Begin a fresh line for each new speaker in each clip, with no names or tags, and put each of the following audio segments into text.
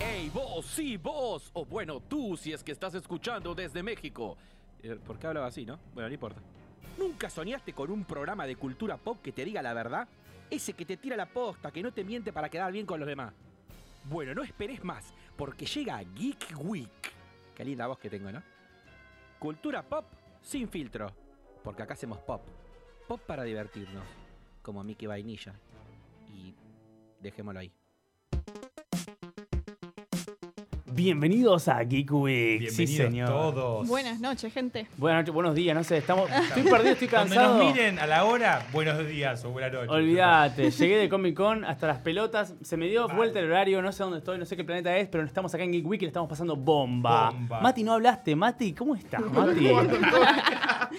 Hey vos, sí vos, o bueno tú si es que estás escuchando desde México. Eh, ¿Por qué hablaba así, no? Bueno, no importa. ¿Nunca soñaste con un programa de cultura pop que te diga la verdad? Ese que te tira la posta, que no te miente para quedar bien con los demás. Bueno, no esperes más, porque llega Geek Week. Qué linda voz que tengo, ¿no? Cultura pop sin filtro, porque acá hacemos pop. Pop para divertirnos, como Mickey Vainilla. Y dejémoslo ahí.
Bienvenidos a Geek Week.
Bienvenidos
sí, señor.
todos.
Buenas noches, gente.
Buenas noches, buenos días, no sé, estamos, estoy perdido, estoy
Donde
cansado.
nos miren a la hora, buenos días o buenas noches.
Olvídate, llegué de Comic Con hasta las pelotas, se me dio vuelta el horario, no sé dónde estoy, no sé qué planeta es, pero estamos acá en Geek Week y le estamos pasando bomba.
Bomba.
Mati, no hablaste, Mati, ¿cómo estás, Mati?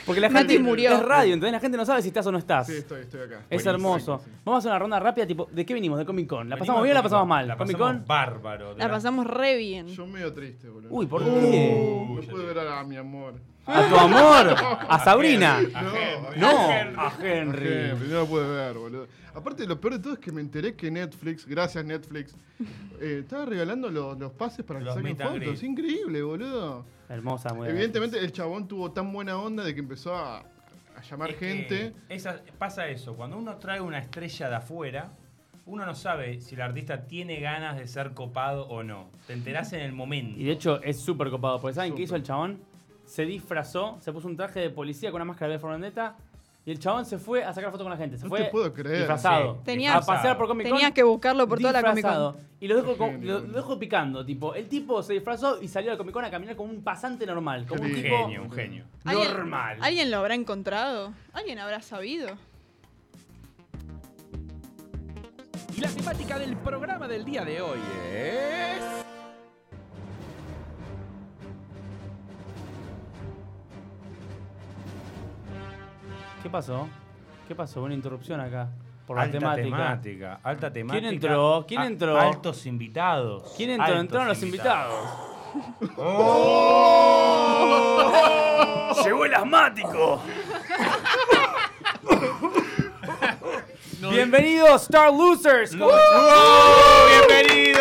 Porque la
Mati
gente
murió.
es radio, entonces la gente no sabe si estás o no estás.
Sí, estoy, estoy acá.
Es
Buenísimo.
hermoso.
Sí, sí.
Vamos a hacer una ronda rápida, tipo, ¿de qué venimos? ¿De Comic Con? ¿La
Venimos
pasamos bien o la
con-
pasamos mal?
La
¿Comic
pasamos
Con?
bárbaro. de
La pasamos re bien.
Yo medio triste, boludo.
Uy, ¿por
No,
qué?
No pude ver a, a mi amor.
A tu amor, a Sabrina.
A
No.
Henry.
No,
A Henry.
a
Eh,
Henry.
no lo pude ver, boludo. Aparte, lo peor de todo es que me enteré que Netflix, gracias Netflix, eh, estaba regalando los, los pases para que
Los
saquen
meet and
fotos.
greet.
Increíble, boludo.
Hermosa, muy
Evidentemente, el chabón tuvo tan buena onda de que empezó a, a llamar
Es que
gente.
esa- pasa eso, cuando uno trae una estrella de afuera, uno no sabe si el artista tiene ganas de ser copado o no. Te enterás en el momento.
Y de hecho es súper copado, porque ¿saben qué hizo
Súper.
el chabón? Se disfrazó, se puso un traje de policía con una máscara de Fernandeta y el chabón se fue a sacar foto con la gente. Se
No
fue
te puedo creer.
disfrazado.
Sí,
Tenía-
a pasear por Comic Con.
Tenía que buscarlo por toda la Comic
disfrazado.
Con.
Y lo dejo,
Qué
con-
genio,
lo-
boludo.
lo dejo picando, tipo, el tipo se disfrazó y salió a la Comic Con a caminar como un pasante normal, como un
Qué
un
tipo
genio, un genio.
¿Alguien-
normal.
¿Alguien lo habrá encontrado? ¿Alguien habrá sabido?
Y la temática del programa del día de hoy es...
¿Qué pasó? ¿Qué pasó? Una interrupción acá por la
alta
temática.
temática, alta temática.
entró? ¿Quién
A-
entró?
Altos invitados.
¿Quién entró?
Altos
Entraron los invitados. ¡Llegó el asmático! Bienvenidos, Star Losers. ¿Cómo
¡Bienvenidos!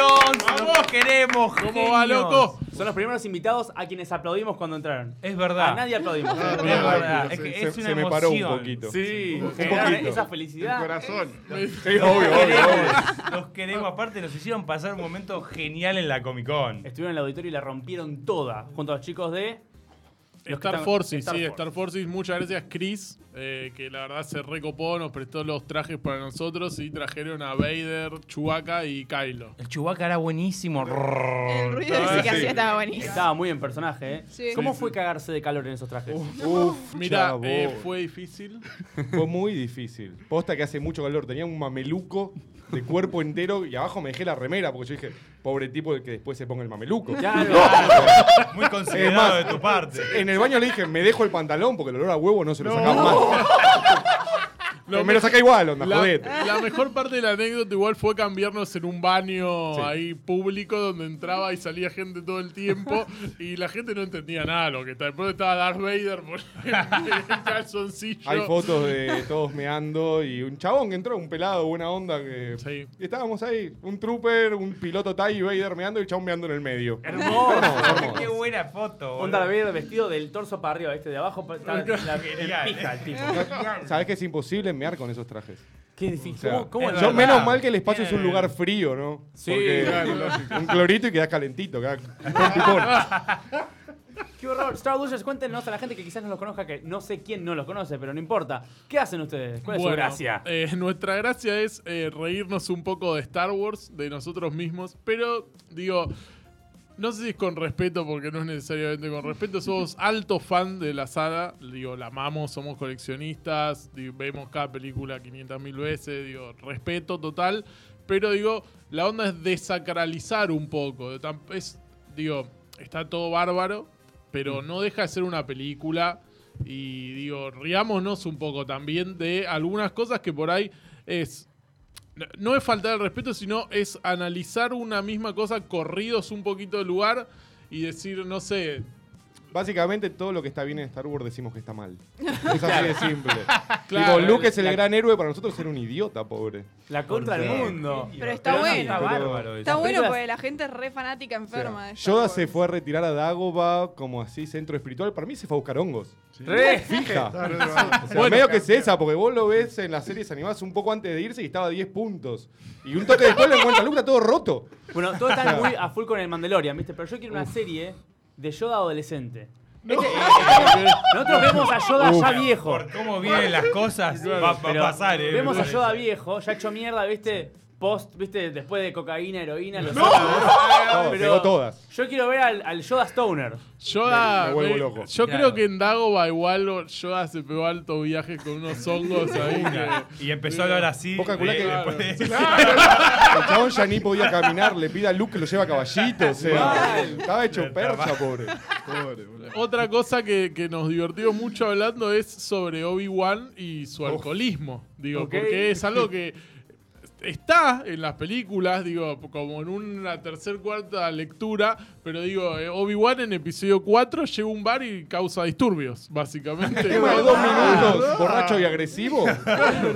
¡Vamos, queremos!
¿Cómo va, loco? Son los primeros invitados a quienes aplaudimos cuando entraron.
Es verdad.
Ah.
A nadie aplaudimos.
Es
Mirá,
verdad,
se-
es, que
se-
es una
se me paró
emoción.
un poquito.
Sí,
Un
generaron
poquito.
esa
El
felicidad.
corazón.
Los queremos, los queremos. Aparte, nos hicieron pasar un momento genial en la Comic Con.
Estuvieron en el auditorio y la rompieron toda junto a los chicos de Los que
Star
están-
Forces,
Star
sí,
Forces.
Star Forces. Muchas gracias, Chris, eh, que la verdad se recopó, nos prestó los trajes para nosotros y trajeron a Vader, Chewbacca y Kylo.
El Chewbacca era buenísimo.
El ruido ese que
sí.
hacía estaba buenísimo.
Estaba muy en personaje, ¿eh?
Sí.
¿Cómo
Sí,
fue cagarse de calor en esos trajes?
Uf, mira,
chavo.
eh, fue difícil.
Fue muy difícil. Posta que hace mucho calor. Tenía un mameluco de cuerpo entero y abajo me dejé la remera porque yo dije, pobre tipo el que después se ponga el mameluco.
Claro.
Muy
Es
considerado
más,
de tu parte.
En el baño le dije, me dejo el pantalón porque el olor a huevo no se lo sacaba más. Pero me lo saca igual, onda,
La,
jodete.
la mejor parte de la anécdota igual fue cambiarnos en un baño
Sí.
ahí público donde entraba y salía gente todo el tiempo y la gente no entendía nada lo que estaba. Después estaba Darth Vader por en calzoncillo.
Hay fotos de todos meando y un chabón que entró, un pelado, buena onda. Que...
Sí.
Y estábamos ahí, un trooper, un piloto TIE y Vader meando y el chabón meando en el medio.
Hermoso.
Qué buena foto. boludo.
Onda Vader vestido del torso para arriba, este de abajo pa- está la,
Genial,
en pija el tipo.
Sabes que es imposible mear con esos trajes.
Qué
O
difícil.
sea,
¿Cómo, cómo
es
lo-
yo
verdad.
menos mal que el espacio es un
Bien.
lugar frío, ¿no?
Sí,
Porque
claro,
un clorito y quedás calentito, quedás con picor.
Qué horror. Star Wars, cuéntenos a la gente que quizás no los conozca, que no sé quién no los conoce, pero no importa. ¿Qué hacen ustedes? ¿Cuál es su
Bueno,
gracia?
eh, nuestra gracia es eh, reírnos un poco de Star Wars, de nosotros mismos, pero digo, no sé si es con respeto, porque no es necesariamente con respeto, somos altos fan de la saga, digo, la amamos, somos coleccionistas, di- vemos cada película 500.000 veces, digo, respeto total, pero digo, la onda es desacralizar un poco, de tam- es, digo, está todo bárbaro,
Mm.
pero no deja de ser una película y digo, riámonos un poco también de algunas cosas que por ahí es no- no es faltar el respeto, sino es analizar una misma cosa corridos un poquito de lugar y decir, no sé,
Básicamente todo lo que está bien en Star Wars decimos que está mal. Es así de simple.
Claro,
Tipo, Luke es el
la-
gran héroe, para nosotros era un idiota, pobre.
La contra del mundo.
Pero está
no,
bueno.
Está
Pero-
bárbaro eso.
Está bueno
películas-
porque la gente es re fanática enferma. de Star
Yoda
Wars.
se fue a retirar a Dagoba como así centro espiritual. Para mí se fue a buscar hongos.
Re.
Fija.
Está re drogado.
O sea,
Bueno,
medio que es esa, porque vos lo ves en las series animadas un poco antes de irse y estaba a 10 puntos. Y un toque después lo encuentra Luke, está todo roto.
Bueno, todos están muy a full con el Mandalorian, ¿viste? Pero yo quiero una serie de Yoda adolescente. Eh, Nosotros vemos a Yoda ya viejo.
Por cómo vienen las cosas, va, va
Pero
a pasar, ¿eh?
Vemos
me
a Yoda
parece.
viejo, ya hecho mierda, ¿viste? Post, ¿viste? Después de cocaína, heroína, los
Todo, pegó todas.
Yo quiero ver al, al Yoda Stoner.
Yoda,
Me- me vuelvo
me-
loco.
Yo
Claro.
creo que en Dagoba igual Yoda se pegó alto viaje con unos hongos ahí. que-
Y empezó a hablar así.
Vos calculá
eh,
que-
después de-
El chabón ya ni podía caminar, le pide a Luke que lo lleve a caballito. O sea,
Mal.
estaba hecho percha, pobre.
Pobre, boludo.
Otra cosa que, que nos divertimos mucho hablando es sobre Obi-Wan y su alcoholismo. Digo,
Ok.
porque es algo que está en las películas, digo, como en una tercer, cuarta lectura, pero digo, eh, Obi-Wan en episodio 4 llega a un bar y causa disturbios, básicamente.
Tema de dos minutos, borracho y agresivo. Fue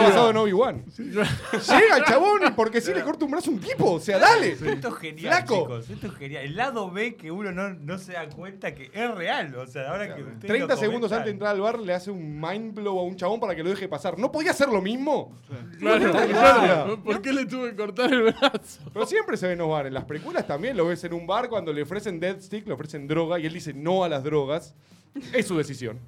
basado en Obi-Wan. Llega el chabón y porque si le corta un brazo a un tipo. O sea, dale.
Esto es genial,
Flaco.
chicos. Esto es genial. El lado B que uno no, no se da cuenta que es real. O sea, ahora que ustedes
30
lo
segundos
comentan-
antes de entrar al bar le hace un mind blow a un chabón para que lo deje pasar. ¿No podía hacer lo mismo?
Claro, claro. ¿Por qué le tuve que cortar el brazo?
Pero siempre se ven los bares. Las precuelas también lo ves en un bar cuando le ofrecen dead stick, le ofrecen droga y él dice no a las drogas. Es su decisión.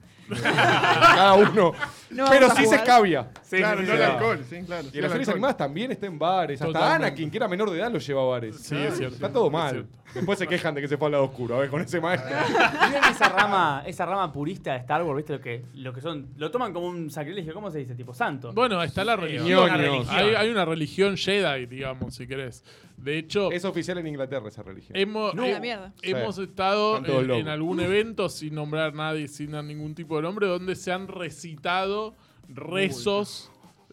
Cada uno.
No
Pero
vamos a
sí se
jugar.
escabia.
Claro, no
sí.
el alcohol, sí, claro.
Y en las series animadas también está en bares. Hasta
Totalmente.
Ana, quien era menor de edad, lo lleva a bares.
Sí, es cierto.
Está todo
Es
mal.
cierto. Ah.
Después se quejan de que se fue al lado oscuro. A ver, con ese maestro.
Miren esa rama, esa rama purista de Star Wars, ¿viste? Lo que, lo que son. Lo toman como un sacrilegio, ¿cómo se dice? Tipo santo.
Bueno, está la religión.
una religión.
Hay, hay una religión Jedi, digamos, si querés. De hecho,
Es oficial en Inglaterra esa religión.
Hemos,
No, la mierda.
hemos
Sí.
estado
Están todos
en,
locos.
en algún evento, sin nombrar nadie, sin dar ningún tipo de nombre, donde se han recitado rezos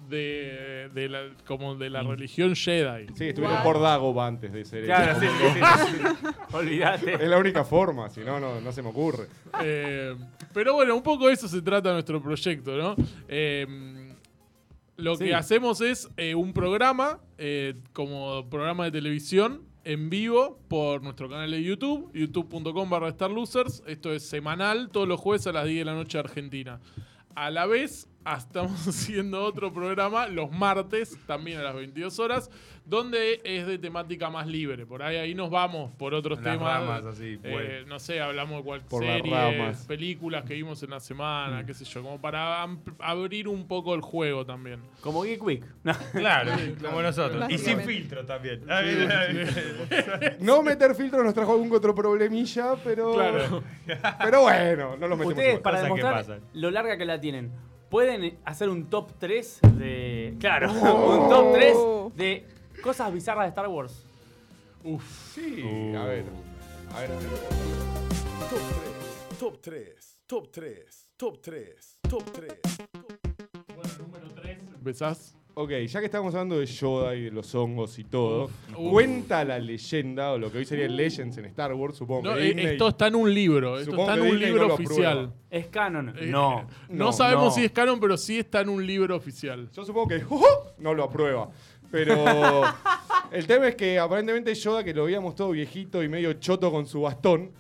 de, de la, como de
Mm.
la religión Jedi.
Sí, estuvieron por Dagoba antes de ser
Claro,
eso.
sí, sí, sí, sí. Olvídate.
Es la única forma, si no, no, no se me ocurre.
Eh, pero bueno, un poco de eso se trata nuestro proyecto, ¿no? Eh, lo
Sí.
que hacemos es eh, un programa, eh, como programa de televisión, en vivo por nuestro canal de YouTube, youtube.com barra starlosers. Esto es semanal, todos los jueves a las 10 de la noche Argentina. A la vez, estamos haciendo otro programa los martes, también a las 22 horas, donde es de temática más libre. Por ahí, ahí nos vamos por otros
Las
temas.
ramas, así,
Eh,
bueno.
no sé, hablamos de cualquier
Por las
series,
ramas. Mm.
películas que vimos en la semana, qué sé yo, como para amp- abrir un poco el juego también.
Como Geek Week. No.
pues. Claro, como nosotros. Y sin
Básicamente.
filtro también. Ah, mira, mira.
No meter filtro nos trajo algún que otro problemilla, pero.
Claro.
Pero bueno, no lo metemos.
Ustedes,
igual.
para
Cosas que
demostrar
pasan.
lo larga que la tienen, pueden hacer un top 3 de. Claro, un top 3 de cosas bizarras de Star Wars.
Uf.
Sí,
Uh.
a ver. A ver.
Top 3, top 3, top 3, top 3.
¿Empezás?
Ok, ya que estamos hablando de Yoda y de los hongos y todo, Uh.
Uf.
cuenta la leyenda, o lo que hoy sería Legends en Star Wars, supongo.
No,
que
eh,
Disney-
esto está en un libro, esto
Supongo
está en
que
un
Disney
libro
no lo
oficial.
aprueba.
¿Es canon?
Eh,
No.
No,
No,
sabemos
no.
si es canon, pero sí está en un libro oficial.
Yo supongo que ¡Ujú! no lo aprueba. Pero el tema es que aparentemente Yoda, que lo veíamos todo viejito y medio choto con su bastón,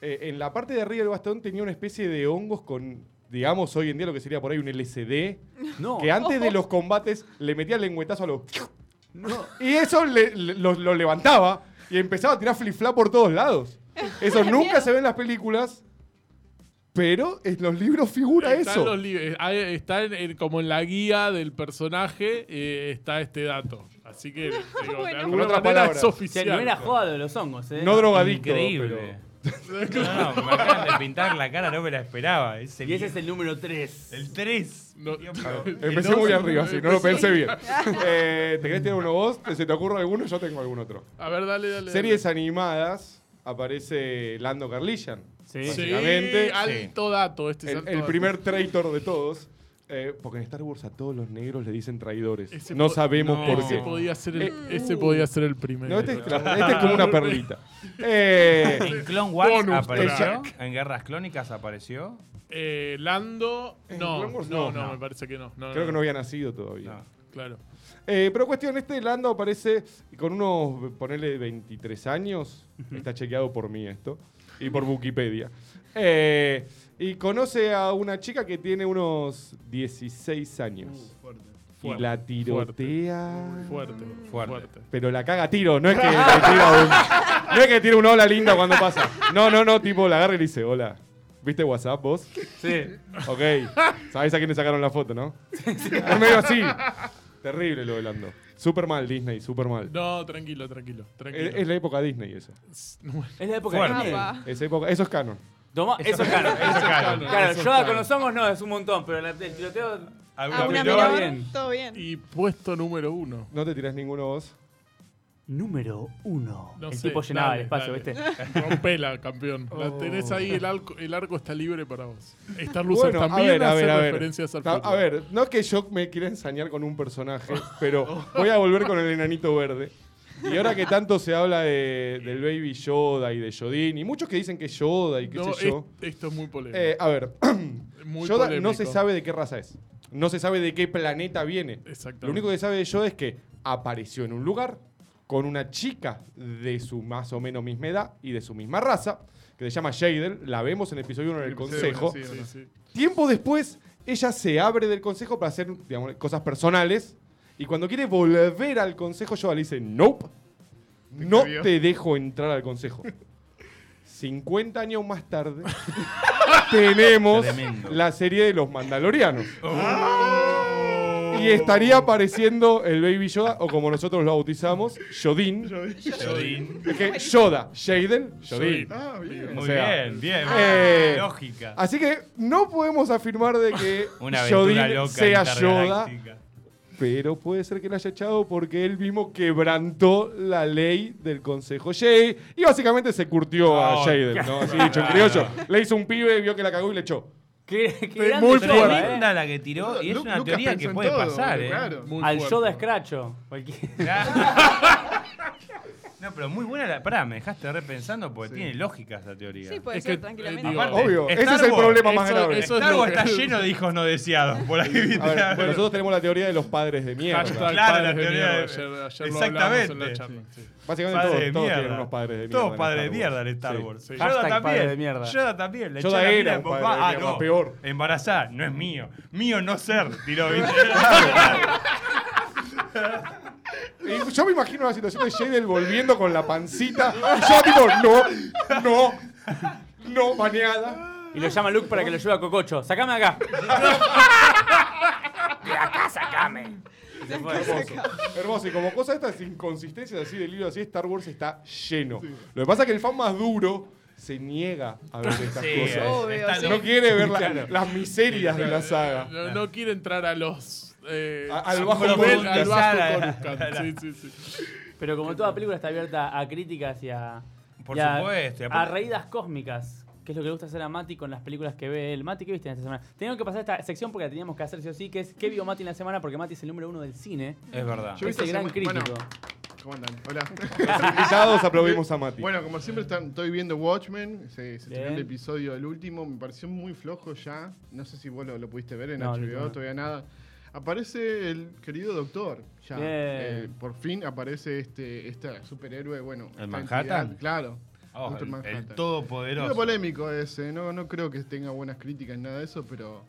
eh, en la parte de arriba del bastón tenía una especie de hongos con, digamos, hoy en día lo que sería por ahí un LCD,
No.
que antes de los combates le metía el lengüetazo a los...
No.
Y eso le- le- lo, lo levantaba y empezaba a tirar flip-flap por todos lados. Eso nunca se ve en las películas, pero en los libros figura
Está en
eso.
los libros, eh, ahí está en- en- como en la guía del personaje, eh, está este dato. Así que, digo, de
Bueno.
alguna
Con otras
manera
palabras.
es
O sea,
oficial.
no era joda de los hongos, ¿eh?
No drogadicto.
Increíble.
pero-
No, no, me acaban de pintar la cara, no me la esperaba. Ese
Y ese es
video-
el número 3.
el 3.
No-
Empecé muy arriba, sí, no lo pensé bien. Eh, ¿Te querés tirar uno vos? ¿Te- ¿Se te ocurre alguno? Yo tengo algún otro.
A ver, dale, dale.
Series animadas, aparece Lando Carlillan.
Sí.
dale. Sí,
básicamente.
alto dato este es
El,
alto
el
dato.
primer traitor de todos. Eh, porque en Star Wars a todos los negros le dicen traidores.
Ese
no
po-
sabemos
no,
por
ese
qué.
Podía ser el,
Eh,
ese podía ser el primero.
No, este es, este es como una perlita. Eh,
En Clone Wars
Bonus
apareció.
track.
En Guerras Clónicas apareció.
Eh, Lando.
¿En
No,
Clone Wars?
no, no,
No, no.
me parece que no.
creo que no había nacido todavía.
No.
Claro.
Eh, pero cuestión, este Lando aparece con unos, ponele, 23 años. Está chequeado por mí esto. Y por Wikipedia. Eh, y conoce a una chica que tiene unos 16 años.
fuerte.
Uh, Fuerte,
y la tirotea.
Fuerte.
Fuerte.
Fuerte.
Pero la caga a tiro, no es que le tira un, no es que tira un hola linda cuando pasa. No, no, no, tipo la agarra y le dice hola. ¿Viste WhatsApp vos?
Sí.
Ok. Sabés a quién le sacaron la foto, ¿no? Es medio así. Terrible lo de Lando. Super mal Disney, super mal.
No, tranquilo, tranquilo.
Es,
tranquilo.
Eh, es la época Disney eso.
Es la época
Fuerte.
de Disney.
Apa.
Esa época, eso es canon.
Toma- eso es caro.
Eso es caro.
Claro,
Eso es
Yoda
caro.
con los hongos no, es un montón, pero la- el tiroteo.
Alguna
A una
opinión.
menor.
menor,
bien.
todo bien.
Y puesto número uno.
No te tirás ninguno vos.
Número uno.
No
el
sé,
tipo llenaba
dale,
el espacio,
dale.
¿viste?
Rompela, campeón.
Oh.
La tenés ahí, el arco, el arco está libre para vos. Star Lucer
Bueno,
también hace referencias al
Ta-
fútbol.
A ver, no es que yo me quiera ensañar con un personaje, pero
Oh.
voy a volver con el enanito verde. Y ahora que tanto se habla de- del Baby Yoda y de Yodin, y muchos que dicen que es Yoda y qué
No,
sé yo.
es- esto es muy polémico.
Eh, a ver,
muy
Yoda
polémico.
no se sabe de qué raza es. No se sabe de qué planeta viene.
Exactamente.
Lo único que se sabe de Yoda es que apareció en un lugar con una chica de su más o menos misma edad y de su misma raza, que se llama Jadel. La vemos en el episodio 1 en el
Sí, bueno,
consejo.
sí, bueno, sí.
Tiempo después, ella se abre del consejo para hacer digamos, cosas personales. Y cuando quiere volver al consejo, Yoda le dice, nope, no
cambió.
te dejo entrar al consejo. 50 años más tarde, tenemos
Tremendo.
la serie de los mandalorianos. Y estaría apareciendo el Baby Yoda, o como nosotros lo bautizamos, Yodin.
Jodín.
Es que Yoda, Jaden, Yodin.
Ah, bien.
Muy
O sea,
bien, bien.
eh,
Lógica.
Así que no podemos afirmar de que
Una aventura
Yodin
loca
sea Yoda,
intergaláctica.
pero puede ser que la haya echado porque él mismo quebrantó la ley del Consejo Jedi y básicamente se curtió a
No,
Jaden, ¿no? Así dicho en
claro.
criollo. Le hizo un pibe, vio que la cagó y le echó.
Qué, qué grande
muy
Yoda,
fuerte.
¿eh?
Tremenda la que tiró y es
Lu-
una
Lucas
teoría
pensó
que
en
puede
todo,
pasar, ¿eh?
Claro.
Muy
Al
fuerte.
Yoda Scracho. cualquier-
No, pero muy buena la. Pará, me dejaste repensando porque tiene lógica esa teoría.
Sí, puede
Es que,
ser,
eh,
tranquilamente.
digo,
Aparte,
Obvio,
Star
ese es el
Wars-
problema más
eso-
grave.
eso- es
Star Wars
lo que-
está lleno de hijos no deseados por ahí, ¿viste?
A ver, bueno, nosotros tenemos la teoría de los padres de mierda.
Hashtag
Claro,
padres
la
de
teoría
mierda.
de-
Ayer, ayer lo hablamos
Exactamente.
en la charla. sí.
Básicamente
Padre
todos,
de
todos
mierda.
tienen unos padres de mierda.
Todos
en
padres de
Wars.
mierda en Star
Sí.
Wars.
Sí.
Yoda
Hashtag
también.
padre de mierda.
Yoda también. Le
Yoda
echó la
era
mina de
un
papá.
padre de
Ah,
mierda,
no.
peor.
Embarazá. No es mío. Mío no ser. Tiró, ¿viste?
Y yo me imagino la situación de Jadel volviendo con la pancita. Y yo tipo, no, no, no, baneada.
Y lo llama Luke para que lo lleve a Cococho. Sacame acá.
Hermoso. Y como cosa de estas inconsistencias así del libro así, Star Wars está lleno. Lo que pasa es que el fan más duro se niega a ver estas
Sí,
cosas.
Obvio,
está
sí.
No quiere ver la- las miserias de la saga.
No, no quiere entrar a los. eh,
A- al bajo
nivel-
Coruscant.
al bajo
A la-
Coruscant. Sí, sí, sí.
Pero como toda película está abierta a críticas y a.
Por
y a-
supuesto, y
A,
aparte-
reídas cósmicas, que es lo que le gusta hacer a Mati con las películas que ve él. Mati, ¿qué viste en esta semana? Teníamos que pasar esta sección porque la teníamos que hacer sí o sí, que es ¿Qué vio Mati en la semana? Porque Mati es el número uno del cine.
es verdad.
Yo
es
esta
el gran
sema- bueno.
crítico.
¿Cómo andan? Hola.
Los invitados aplaudimos a Mati.
Bueno, como siempre están, estoy viendo Watchmen, se, se estrenó
Bien.
el episodio el último, me pareció muy flojo ya, no sé si vos lo, lo pudiste ver en
No, el último
HBO,
no.
todavía nada. Aparece el querido doctor, ya.
Bien.
Eh, por fin aparece este, este superhéroe, bueno. esta
Manhattan?
entidad, Claro.
Oh,
Doctor
el- el,
Manhattan. Medio
todopoderoso.
polémico ese, no, no creo que tenga buenas críticas ni nada de eso, pero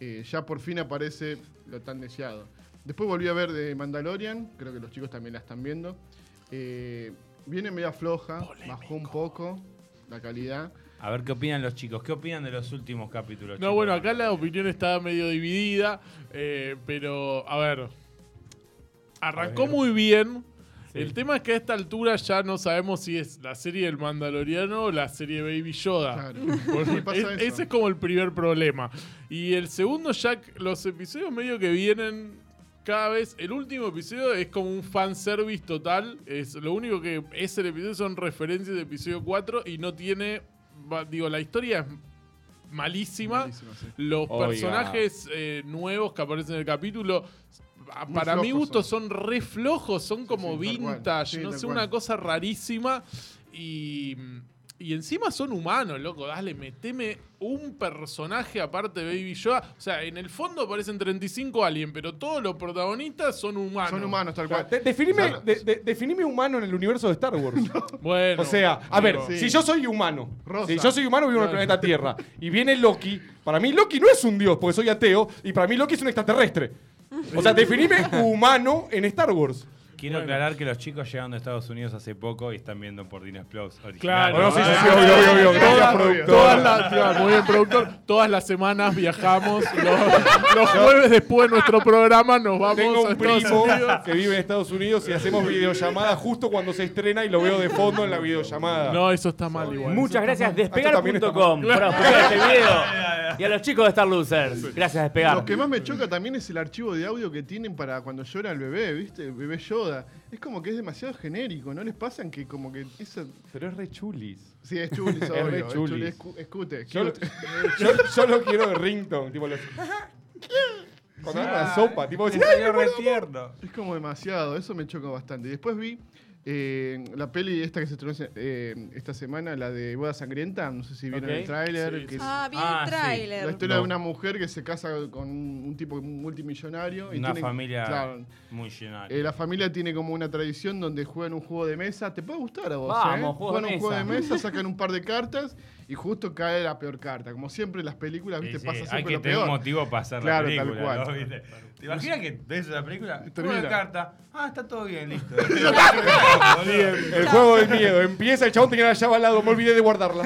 eh, ya por fin aparece lo tan deseado. Después volví a ver de Mandalorian, creo que los chicos también la están viendo. Eh, viene media floja, bajó un poco la calidad.
A ver qué opinan los chicos. ¿Qué opinan de los últimos capítulos?
No,
chicos?
bueno, acá la opinión está medio dividida, eh, pero a ver. Arrancó muy bien. El tema es que a esta altura ya no sabemos si es la serie del Mandaloriano o la serie Baby Yoda.
Claro.
Porque
Sí, pasa
Ah. es-
eso.
Ese es como el primer problema. Y el segundo, Jack, los episodios medio que vienen cada vez. El último episodio es como un fanservice total. Es, lo único que es el episodio son referencias de episodio 4 y no tiene. va- Digo, la historia es malísima.
Malísimo, sí.
Los
Oiga.
personajes eh, nuevos que aparecen en el capítulo, a-
Muy
para mi
flojos
gusto, son re flojos, son como
sí, tal cual.
vintage,
Sí,
no
tal
sé,
cual.
una cosa rarísima. Y, y encima son humanos, loco. Dale, meteme un personaje aparte de Baby Yoda. O sea, en el fondo aparecen 35 alien, pero todos los protagonistas son humanos.
Son humanos, tal cual.
De- definime,
Claro.
de- de- definime humano en el universo de Star Wars.
Bueno,
O sea, a ver,
digo,
Sí.
si yo soy humano,
Rosa.
si yo soy humano vivo en el planeta Tierra y viene Loki, para mí Loki no es un dios porque soy ateo y para mí Loki es un extraterrestre. O sea, definime humano en Star Wars.
Quiero aclarar que los chicos llegaron de Estados Unidos hace poco y están viendo por Dino Explos original.
Claro.
Bueno, sí, sí, sí,
Ah,
obvio, obvio, obvio.
Gracias,
Todas-
productor.
Todas
todas
las, claro, muy bien, productor. Todas las semanas viajamos. Los, los jueves después de nuestro programa nos vamos
Tengo
a
un
Estados
primo
Unidos.
que vive en Estados Unidos y hacemos videollamada justo cuando se estrena y lo veo de fondo en la videollamada.
No, eso está mal igual.
Muchas gracias,
también está
despegar.com, por auspiciar este video. Y a los chicos de Star Losers. Gracias, despegar.
Lo que más me choca también es el archivo de audio que tienen para cuando llora el bebé, ¿viste? El bebé Yoda. Es como que es demasiado genérico, ¿no les pasan que como que esa-
Pero es re chulis.
Sí, es chulis, obvio.
re
Es chulis.
chulis.
es cu- es cute,
Yo, lo-
cute.
yo, yo lo quiero de ringtone. Tipo, los- cuando hago la sopa, tipo,
Un
decís, "Ay,
señor retierno.
Es como demasiado, eso me choca bastante. Y después vi eh, la peli esta que se estrenó eh, esta semana, la de Boda Sangrienta. No sé si vieron
Ok.
el tráiler.
Sí,
que es-
Ah, vi
Ah,
el
sí.
La
tráiler.
historia
No.
de una mujer que se casa con un, un tipo multimillonario. Y
Una
tiene-
familia
Claro.
muy llena.
Eh, la familia tiene como una tradición donde juegan un juego de mesa. Te puede gustar a vos,
Vamos,
¿eh?
juego
juegan
de
un juego de
mesa.
mesa, sacan un par de cartas y justo cae la peor carta. Como siempre en las películas,
Sí,
¿viste?
sí,
pasa
hay
siempre
que
lo
tener
peor.
un motivo para hacer
Claro,
la
tal
película.
cual.
¿no? ¿Viste? ¿Te imaginas que ves una película?
Termina.
Una carta. Ah, está todo bien, listo.
El juego del miedo. Empieza, el chabón tenía la llave al lado, me olvidé de guardarla.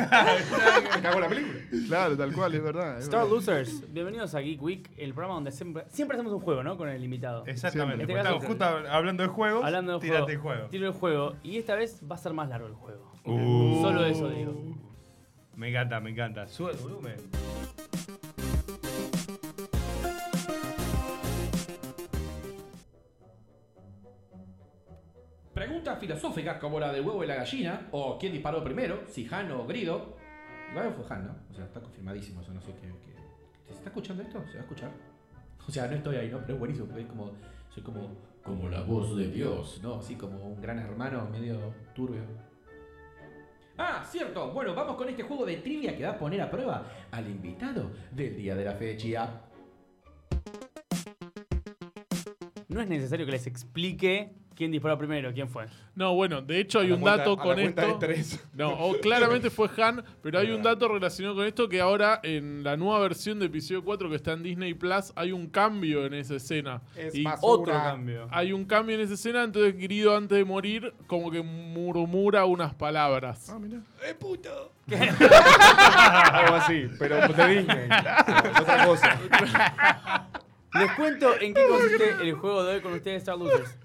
Me cago en la película.
Claro, tal cual, es verdad. es
Star
verdad.
Losers, bienvenidos a Geek Week, el programa donde siempre, siempre hacemos un juego, ¿no? Con el invitado.
Exactamente.
Este
Pues
caso
estamos
te-
justo hab- hablando de juegos.
Hablando del juego.
tírate el juego.
Tiro el juego. Y esta vez va a ser más largo el juego.
Uh.
Solo eso digo.
Me encanta, me encanta. Sube el volumen.
Preguntas filosóficas como la del huevo y la gallina, o quién disparó primero, si Han o Grido. Igual fue Han, ¿no? O sea, está confirmadísimo eso, no sé qué. qué- ¿Se está escuchando esto? ¿Se va a escuchar? O sea, no estoy ahí, ¿no? Pero es buenísimo, porque es como. Soy como. Como la voz de Dios, ¿no? Así como un gran hermano medio turbio. Ah, cierto. Bueno, vamos con este juego de trivia que va a poner a prueba al invitado del día de la fecha.
No es necesario que les explique quién disparó primero, quién fue.
No, bueno, de hecho hay
A la
un
cuenta-
dato
a la
con
cuenta
esto.
de tres.
No, o claramente fue Han, pero hay un dato relacionado con esto que ahora en la nueva versión de episodio 4 que está en Disney Plus hay un cambio en esa escena.
Es
Y
más
Otro
una-
cambio.
hay un cambio en esa escena, entonces Grido antes de morir como que murmura unas palabras.
Ah, mirá.
Algo así, pero de Disney. Es Otra cosa.
Les cuento en qué consiste el juego de hoy con ustedes, Star Losers.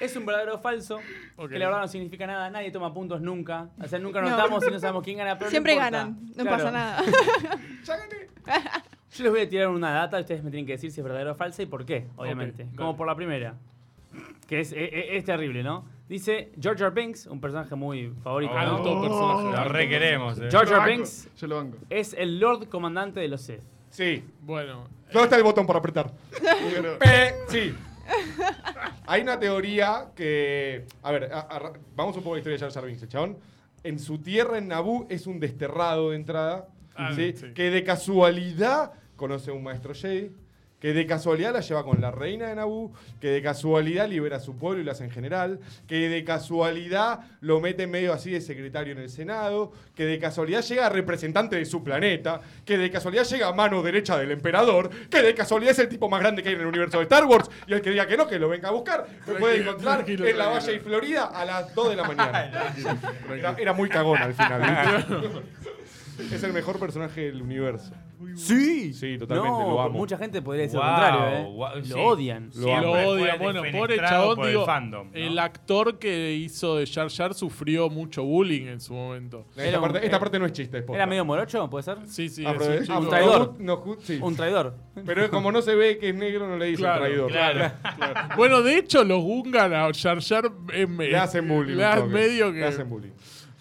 Es un verdadero o falso,
Ok.
que la verdad no significa nada, nadie toma puntos nunca. O sea, nunca
No.
anotamos y no sabemos quién gana, pero no
Siempre
importa.
ganan, no
Claro.
pasa nada.
Yo les voy a tirar una data y ustedes me tienen que decir si es verdadera o falsa y por qué, obviamente.
dale.
Como por la primera. Que es, e- e- es terrible, ¿no? Dice George R. Binks, un personaje muy favorito. ¿no?
Alto
Ah. Lo
personaje.
requeremos. eh.
George R.
Yo banco,
Binks
Yo lo banco.
es el Lord Comandante de los Sith.
Sí.
Bueno,
¿Dónde está el botón para apretar? Pe- sí. Hay una teoría que. A ver, a- a- vamos un poco a la historia de Jar Jar Binks. El chabón, en su tierra, en Naboo, es un desterrado de entrada.
Ah,
¿sí?
sí.
Que de casualidad conoce a un maestro Jedi. Que de casualidad la lleva con la reina de Naboo. Que de casualidad libera a su pueblo y lo hace en general. Que de casualidad lo mete medio así de secretario en el Senado. Que de casualidad llega a representante de su planeta. Que de casualidad llega a mano derecha del emperador. Que de casualidad es el tipo más grande que hay en el universo de Star Wars. Y el que diga que no, que lo venga a buscar. Lo puede encontrar
tranquilo,
en la
tranquilo.
Valle y Florida a las 2 de la mañana. Era, era muy cagón al final. ¿viste? es el mejor personaje del universo.
Sí.
Sí, totalmente,
No,
lo amo.
Mucha gente podría decir lo
Guau,
contrario, ¿eh?
guau,
lo
sí.
odian.
Lo amo.
lo
Siempre
odia.
fue
Bueno, pobre
defenestrado
chabón,
por el
digo,
fandom, ¿no?
el actor que hizo de Jar Jar sufrió mucho bullying en su momento.
Era
Esta
un-
parte, esta parte no es chiste, es posta.
¿Era medio morocho, puede ser?
Sí, sí,
Ah,
es
pero-
un chico-
ah,
Un
no,
traidor.
no, ju- sí.
Un traidor.
Pero como no se ve que es negro, no le dice
Claro,
traidor.
Claro.
Bueno, de hecho, los Gungan a Jar Jar eh, me-
Le hacen bullying.
le
un
hacen
toque.
medio que.
Le hacen bullying.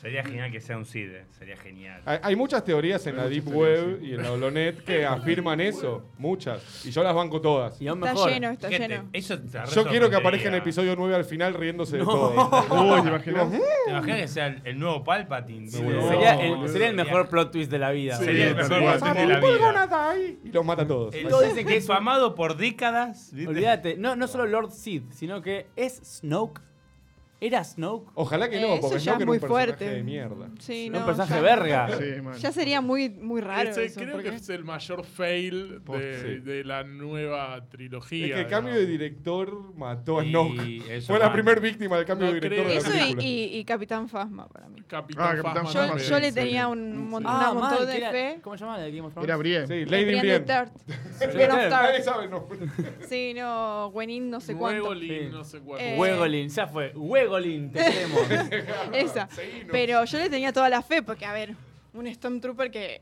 Sería genial que sea un Cid, eh, sería genial.
Hay, hay muchas teorías en la Deep Web y en la Olonet que afirman eso. Muchas. Y yo las banco todas.
Y aún
Está
mejor.
lleno, está
Gente,
lleno.
eso te re
Yo quiero que
sorprendería.
aparezca en el episodio 9 al final riéndose de todo.
Uy, ¿te imaginas?
¿Te imaginas que sea el, el nuevo Palpatine?
Sí,
boludo?
Sería,
No,
el,
boludo,
sería el mejor plot twist de la vida.
Sí.
Sería el
tal
mejor
cual.
Palpatine de la vida.
Y los mata a todos.
El-
Todos dicen que es-
famado por décadas. ¿viste?
Olvídate, no, no solo Lord Sid, sino que es Snoke. ¿Era Snoke?
Ojalá que
Eh,
no,
eso ya
porque Snoke
es
era
muy
un personaje
fuerte.
de mierda.
Sí,
Era
no.
un personaje
ya,
verga.
Sí, man.
ya sería muy, muy raro.
Ese
eso,
creo
porque-
que es el mayor fail de,
Sí.
de la nueva trilogía.
Es que el
digamos.
cambio de director mató a
Y
Snoke.
eso ah,
Fue la
mata.
primera víctima del cambio
No
de director de la
Eso y,
película.
y- y Capitán Fasma para mí.
Capitán
Ah, Capitán
Phasma
Yo,
Fasma,
también.
yo le
sí.
tenía un, mon-
Ah,
un montón
mal,
de
que era-
fe.
¿Cómo se llama? la de Game of Thrones?
Era Brienne.
Sí, Lady
Brienne
Brienne.
de Tart.
Brienne
Brienne of
of
Nadie
Tart.
sabe el nombre.
Sí, no, Gwenin no sé cuánto.
Huegolin,
Sí.
no sé cuál.
Eh,
Huegolin, ya fue. Huegolin, te queremos.
Esa. Pero yo le tenía toda la fe porque, a ver, un Stormtrooper que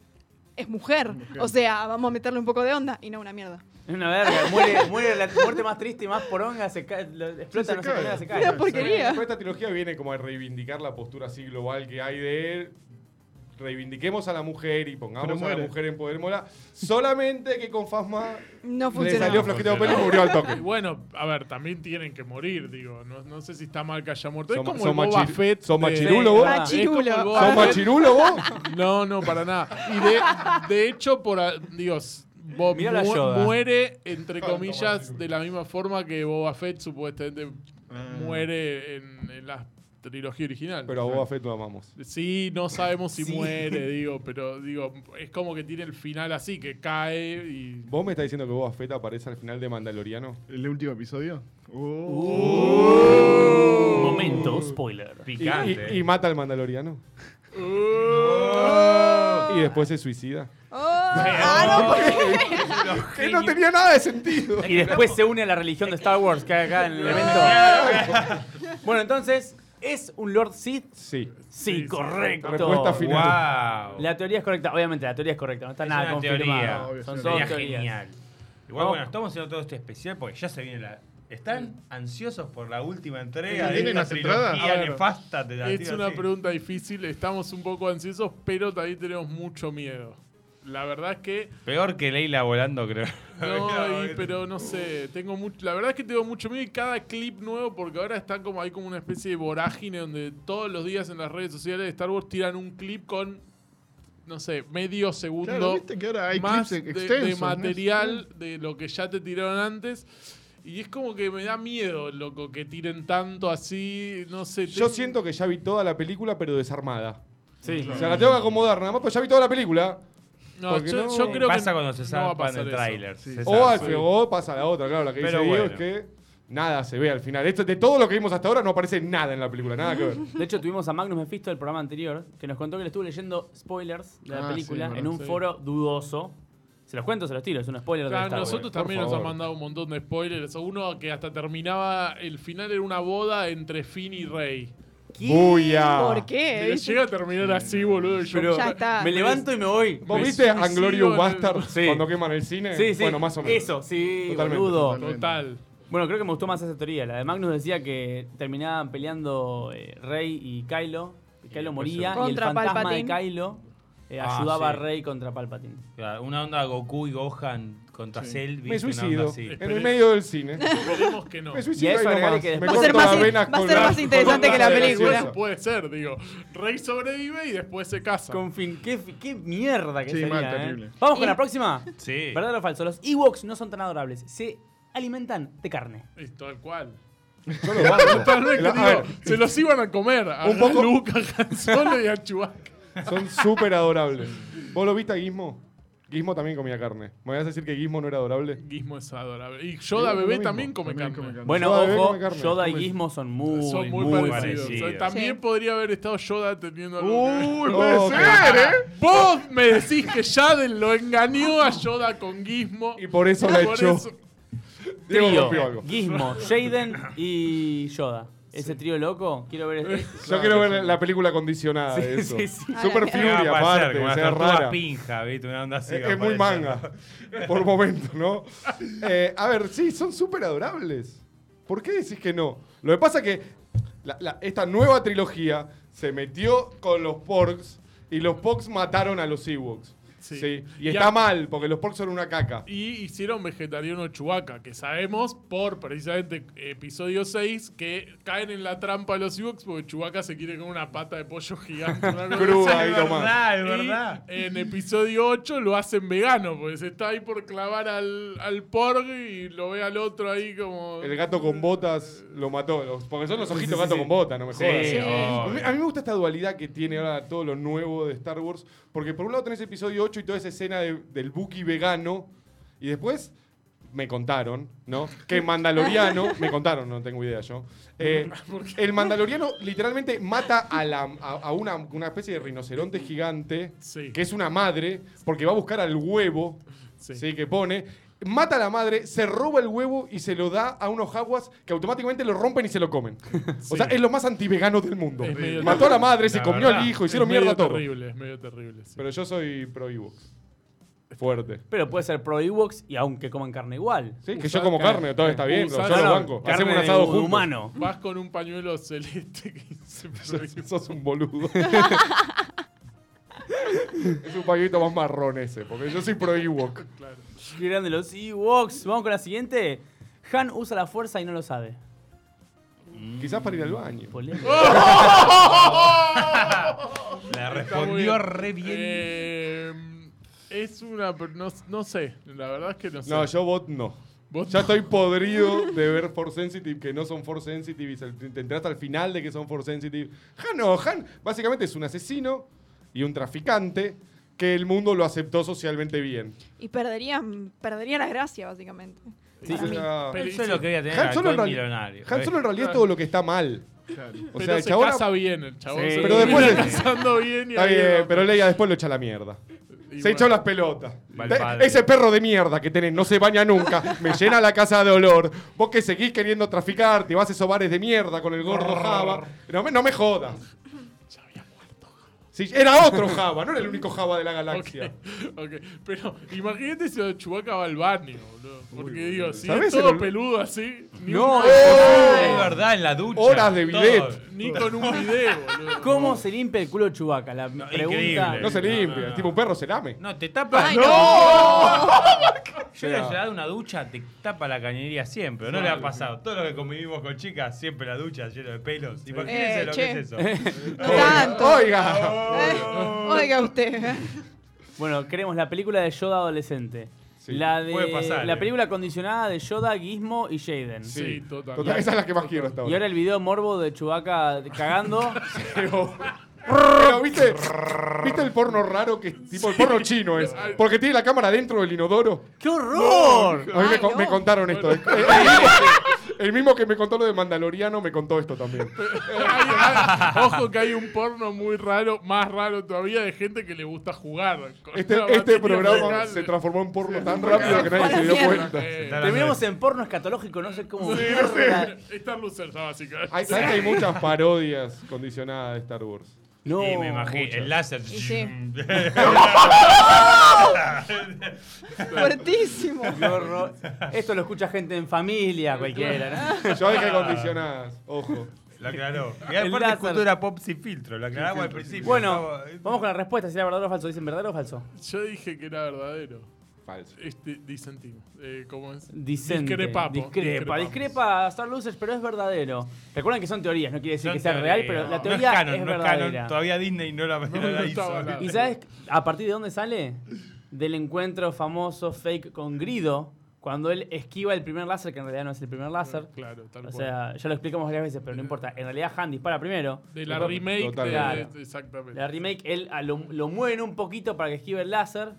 es mujer. O sea, vamos a meterle un poco de onda y no una mierda.
Es una verga. Muere, muere la muerte más triste y más poronga. Se cae, lo- explota,
se
no
cae.
sé qué, se cae.
Una porquería.
Esta trilogía viene como a reivindicar la postura así global que hay de reivindiquemos a la mujer y pongamos
Pero
a la
muere.
mujer en poder mola. Solamente que con Fasma
No
le
funcionó.
salió flojito de pelo y murió al toque.
Y bueno, a ver, también tienen que morir, digo. No, no sé si está mal que haya muerto.
Son-
es como
son
el Boba
machi-
Fett.
son
de-
machirulo,
vos.
Ah,
Es como el
Machirulo.
Boba
¿Sos
Fett.
machirulo vos?
No, no, para nada. Y de, de hecho, por a- Dios, Bob
Mirá la
mu-
Yoda.
muere, entre
Tanto
comillas,
machirulo.
de la misma forma que Boba Fett supuestamente
Mm.
muere en, en la trilogía original.
Pero a Boba Fett lo amamos.
Sí, no sabemos si
Sí.
muere, digo, pero digo, es como que tiene el final así, que cae y.
¿Vos me estás diciendo que Boba Fett aparece al final de Mandaloriano?
¿El último episodio?
Uh,
Momento, spoiler.
Y,
Picante.
y- y mata al Mandaloriano.
Uh.
Y después se suicida.
Oh, ah, no, porque-
Que no tenía nada de sentido.
Y después se une a la religión de Star Wars que hay acá en el evento. bueno, entonces, ¿es un Lord Sith?
Sí.
Sí, correcto.
Respuesta final.
wow.
La teoría es correcta. Obviamente, la teoría es correcta. No está
Es
nada
una teoría.
confirmado.
Obvio,
Son
es
todas
una
Sería
teorías.
genial. Igual,
Vamos.
bueno, estamos haciendo todo este especial porque ya se viene la. ¿Están ansiosos por la última entrega
¿Ya
de
tienen
esta
las entradas?
Ah,
trilogía
A ver,
nefasta? Te la
Es
tiro
una
así.
pregunta difícil, estamos un poco ansiosos, pero también tenemos mucho miedo. La verdad es que.
Peor que Leila volando, creo.
No, y- pero no sé, tengo mucho. La verdad es que tengo mucho miedo y cada clip nuevo, porque ahora están como hay como una especie de vorágine donde todos los días en las redes sociales de Star Wars tiran un clip con, no sé, medio segundo
Claro, viste que ahora hay
más
clips
de, de
extensos. ¿no?
material de lo que ya te tiraron antes. Y es como que me da miedo, loco, que tiren tanto así, no sé.
Yo
ten-
siento que ya vi toda la película, pero desarmada.
Sí.
O sea, la tengo que acomodar nada más, pero ya vi toda la película.
No,
porque
yo,
no-
yo creo
pasa
que
cuando se
no va a
salpan
pasar
el
eso.
tráiler. se
O, al-
zarpa.
o pasa la otra, claro. La que
Pero
dice Diego
bueno.
es que nada se ve al final. Esto, de todo lo que vimos hasta ahora no aparece nada en la película, nada que ver.
De hecho, tuvimos a Magnus Mephisto del programa anterior, que nos contó que le estuvo leyendo spoilers de la
Ah,
película
sí,
en un
sí.
foro dudoso. Se los cuento, se los tiro, es un spoiler
Claro,
de Star Wars.
nosotros
por
también nos
favor.
han mandado un montón de spoilers. Uno que hasta terminaba, el final era una boda entre Finn y Rey.
¡Buya!
¿Por qué?
Digo, Llega a terminar así, boludo. y yo-
Pero
Ya está.
me levanto y me voy.
¿Vos
Me
viste
suicido en
Anglorious
el-
Bastard
Sí.
cuando queman el cine?
Sí, sí.
Bueno, más o menos.
Eso, sí,
Totalmente,
boludo.
totalmente.
Total.
Bueno, creo que me gustó más esa teoría. La de Magnus decía que terminaban peleando eh, Rey y Kylo. Y Kylo
después
moría y
se-
el
Contra
fantasma
Palpatine.
de Kylo eh,
Ah,
ayudaba
sí.
a Rey contra Palpatine.
Claro, Una onda Goku y Gohan contra Cell. ¿viste?
Me
Una
suicido
onda así.
en el medio del cine.
Esperemos que no.
Me suicido
Y a eso
ahí
agregale
nomás.
que
Me
después-
Va a ser
corto
más
las
in-
venas
va a
con
ser
la-
más interesante
con
que la
las
película.
gracioso.
Puede ser, digo. Rey sobrevive y después se casa.
Con fin, qué, qué mierda que
Sí,
sería,
mal,
¿eh?
terrible.
Vamos con la próxima.
Sí.
¿Verdad o falso? Los Ewoks no son tan adorables. Se alimentan de carne.
Es tal cual.
Yo lo banco.
Totalmente,
A ver,
digo, se los iban a comer. A
Un poco-
Luke, a Han Solo y a Chewbacca.
Son súper adorables. ¿Vos lo viste a Gizmo? Gizmo también comía carne. ¿Me vas a decir que Gizmo no era adorable?
Guismo es adorable. Y Yoda bebé también come
También
carne.
Bueno,
Yoda debe
ojo,
comer carne.
Yoda y
Come-
Gizmo son muy,
Son muy, parecidos.
parecidos.
O sea, también
Sí. Uh,
podría haber estado Yoda teniendo.
¡Uy,
puede
puede
ser,
ser,
Vos me decís que Yaden lo engañó a Yoda con Gizmo.
Y por eso la
Por
echó.
eso-
Diego
Trío,
rompió algo.
Gizmo, Jaden y Yoda. Ese trío loco, quiero ver. este-
Yo quiero ver la película condicionada de eso.
sí, sí.
Ah,
Super
la
Fury
Va a
aparte,
aparecer como
o
una
sea,
tortuga
rara. Es,
pinja, ¿viste? Una onda así. va a
es muy
aparecer.
manga, por momento, ¿no? Eh, a ver, sí, son súper adorables. ¿Por qué decís que no? Lo que pasa que la- la- esta nueva trilogía se metió con los porks y los porks mataron a los Ewoks.
Sí.
Sí. Y,
Y
está
a-
mal, porque los porks son una caca.
Y hicieron vegetariano Chewbacca, que sabemos por precisamente episodio 6 que caen en la trampa de los Ewoks porque Chewbacca se quiere con una pata de pollo gigante. una cosa
Cruda
así.
y
Es
nomás.
verdad, Ah, es
Y
verdad.
en episodio 8 lo hacen vegano, porque se está ahí por clavar al, al porg y lo ve al otro ahí como.
El gato con botas lo mató. los- Porque son los ojitos
sí,
gato
sí.
con botas, no me
Sí,
jodas.
obvio.
A mí, a mí me gusta esta dualidad que tiene ahora todo lo nuevo de Star Wars, porque por un lado tenés episodio 8 y toda esa escena de- del Buki vegano, y después me contaron, ¿no? Que Mandaloriano, me contaron, no tengo idea yo, eh, el Mandaloriano literalmente mata a, la, a, a una, una especie de rinoceronte gigante,
Sí.
que es una madre, porque va a buscar al huevo,
Sí.
sí. que pone, mata a la madre, se roba el huevo y se lo da a unos jaguas que automáticamente lo rompen y se lo comen. O sea, es lo más antivegano del mundo.
Es medio
Mató a la madre, se
La
comió
verdad,
al hijo, hicieron
Es medio
mierda a todo.
terrible, es medio terrible. sí.
Pero yo soy pro Ewoks. Fuerte.
Pero puede ser pro Ewoks y aunque coman carne igual.
Sí, que
Usar
yo como
carne.
carne, todo está bien,
Usar-
yo
No,
lo
no,
banco.
carne
Hacemos un
de
asado
hu-
juntos.
humano.
Vas con un pañuelo celeste que se
Sos, sos un boludo. es un paquetito más marrón ese, porque yo soy pro Ewok.
Claro.
Qué grande los Ewoks. Vamos con la siguiente. Han usa la fuerza y no lo sabe.
Quizás para ir al baño.
Polémico.
¡Oh!
La
Está muy
respondió re bien.
Eh, es una. per- No, no sé, la verdad es que no sé.
No, yo bot no.
Vos-
Ya estoy podrido de ver Force Sensitive que no son Force Sensitive y se- te enteraste al final de que son Force Sensitive. Han no, Han básicamente es un asesino y un traficante que el mundo lo aceptó socialmente bien.
Y perderían, perdería la gracia, básicamente.
Sí,
Para mí.
Pero
Eso es
sí.
lo que voy a tener.
Han Solo en
alcohol
realidad,
millonario. Eh.
Han Solo en realidad es todo lo que está mal.
Claro.
O
pero
sea, el
se
chabón-
casa bien, el chabón.
Sí.
se
Pero después
termina
le-
casando bien y
Está
ahí
bien,
va.
pero Leia después lo echa a la mierda.
Y
se
bueno.
echó las pelotas.
Va el
Te-
padre.
Ese perro de mierda que tenés no se baña nunca. Me llena la casa de olor. Vos que seguís queriendo traficar, te vas a esos bares de mierda con el gordo Java. No me, no me jodas. Sí, era otro Java, no era el único Java de la galaxia.
Ok, pero imagínate si Chubaca va al baño, boludo. Porque digo, si
¿Sabés
es todo
el ol-
peludo así, ni,
No,
un-
Ah, es verdad, en la ducha.
Horas de
todo.
bidet.
ni con un video, boludo.
¿Cómo se limpia el culo de Chewbacca? La pregunta.
increíble.
No se
No,
limpia,
no, no.
es tipo un perro se lame.
Ah, No, te tapa.
Ay,
Yo le he dado una ducha, te tapa la cañería siempre. ¿o No le ha pasado. Todo lo que convivimos con chicas, siempre la ducha lleno de pelos. Imagínense
Eh,
lo
che.
que es eso.
No tanto.
Oiga.
Eh, Oiga usted.
Bueno, queremos la película de Yoda adolescente.
Sí.
La de
Puede pasar,
la
eh.
película condicionada de Yoda, Gizmo y Jaden.
Sí, total.
Total, esa es la que más quiero hasta
Y ahora
ahora.
el video morbo de Chewbacca cagando.
Pero, ¿viste, ¿Viste el porno raro que es tipo el porno chino es? Porque tiene la cámara dentro del inodoro.
¡Qué horror!
A mí me,
Ay,
co-
no.
me contaron esto. El, el- el mismo que, el mismo que me contó lo de Mandaloriano me contó esto también.
Hay- hay- ojo que hay un porno muy raro, más raro todavía, de gente que le gusta jugar. con
Este,
una
este
batería
programa
real.
se transformó en porno tan rápido que nadie se dio cuenta.
Eh,
Terminamos en porno escatológico, no sé cómo.
sí, no sé. Star Lucer está básicamente.
Hay, ¿sabes que hay muchas parodias condicionadas de Star Wars.
No.
Sí, me imagino. El láser.
Y sí. Fuertísimo.
Qué horror. Esto lo escucha gente en familia, cualquiera. ¿no?
Yo dije condicionadas, ojo.
Lo aclaró. Y
El
aparte es
láser.
cultura pop sin filtro. Lo aclaramos al principio.
Bueno,
Estamos-
vamos con la respuesta. Si era verdadero o falso. ¿Dicen verdadero o falso?
Yo dije que era verdadero.
Falso.
Este, disentimos. Eh, ¿Cómo es?
Dicente.
Discrepapo.
Discrepa.
Discrepamos.
Discrepa Star Losers, pero es verdadero. Recuerden que son teorías, no quiere decir
Son
que sea
teorías.
real, pero la
No
teoría
es canon,
es
no es
verdadera.
canon. Todavía Disney no la, no
no
la
estaba
hizo.
nada.
¿Y sabes a partir de dónde sale? Del encuentro famoso fake con Grido, cuando él esquiva el primer láser, que en realidad no es el primer láser.
Claro, tal
O
cual.
sea, ya lo explicamos varias veces, pero no importa. En realidad Han dispara primero.
de la
Después,
remake. de-
Totalmente.
de- exactamente.
La remake, él ah, lo, lo mueven un poquito para que esquive el láser.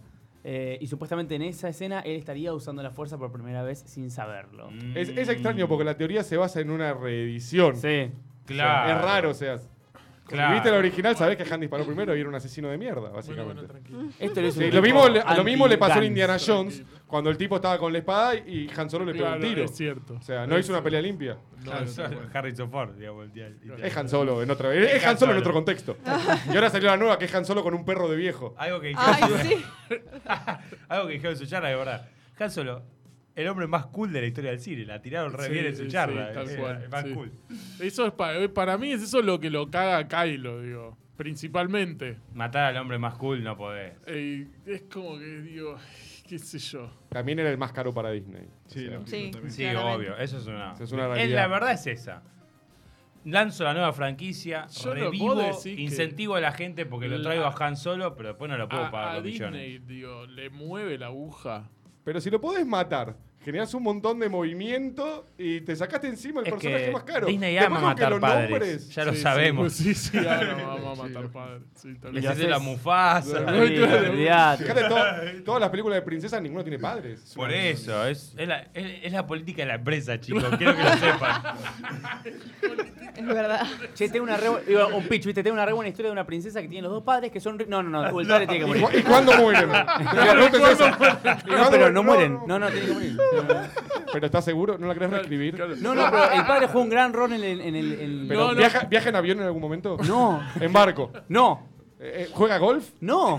eh, y supuestamente en esa escena él estaría usando la fuerza por primera vez sin saberlo.
Es, es extraño porque la teoría se basa en una reedición.
Sí.
Claro.
Es raro, o sea.
Claro.
Si viste la original, sabés que Han disparó primero y era un asesino de mierda,
Bueno, bueno,
básicamente.
tranquilo.
Esto lo hizo un
Sí, lo,
tipo
mismo, le- lo mismo le pasó a
anti-guns.
Indiana Jones
tranquilo.
cuando el tipo estaba con la espada y Han Solo le pegó
Claro,
un tiro.
es cierto.
O sea, no hizo una pelea limpia.
No,
Claro,
es-
eso es Harrison Ford, digamos. el día- el día-
Es Han Solo en otra es,
Es
Han
Han
Solo en
Solo.
otro contexto. Y ahora salió la nueva que es Han Solo con un perro de viejo.
Algo que
Ay, sí.
Algo que dijeron en su charla, de verdad. Han Solo, el hombre más cool de la historia del cine. La tiraron re
Sí,
bien en
sí,
su
sí,
charla.
tal
eh,
cual,
más
sí.
cool.
Eso es pa- eh, para mí es eso lo que lo caga a Kylo, digo. Principalmente.
Matar al hombre más cool no podés.
Eh, es como que digo, qué sé yo.
También era el más caro para Disney.
Sí,
O sea,
Sí.
lo entiendo también.
Sí,
Claramente.
obvio. Eso es una.
Eso es una
Eh,
realidad.
la verdad es esa. Lanzo la nueva franquicia,
Yo no
revivo,
puedo decir que-
incentivo a la gente porque lo traigo a Han Solo, pero después no lo puedo
A,
pagar
a
los millones.
Disney, digo, le mueve la aguja.
Pero si lo podés matar, generás un montón de movimiento y te sacaste encima el
Es
personaje
que
más caro.
Disney
Después
ama
con que
matar
lo
padres.
nombres-
Ya lo
Sí, sí,
sabemos.
Sí, sí, ahora vamos a
Sí,
matar
lo-
padre. Sí, tal
Les
Lo
cual.
haces la
haces-
mufasa.
Sí, olvidate.
Fíjate, to- todas las películas de princesas ninguno tiene padres.
Por eso, es, es la, es- es la política de la empresa, chicos. Quiero que lo sepan.
Es verdad.
Che, tengo una re bu- digo, un pitch, viste, tengo una re buena historia de una princesa que tiene los dos padres que son ri- No, no, no, el padre tiene que
¿Y,
morir.
cu- y cuándo mueren? La pregunta es esa.
No,
¿Cuándo
pero
mueren?
no mueren. No, no, tiene que morir.
¿Pero estás seguro? ¿No la querés reescribir?
No, no, pero eh, el padre jugó un gran rol en el. En el, en-
¿Pero
No, no.
Viaja, viaja en avión en algún momento?
No,
¿En barco?
no,
Eh, eh, ¿Juega golf?
no.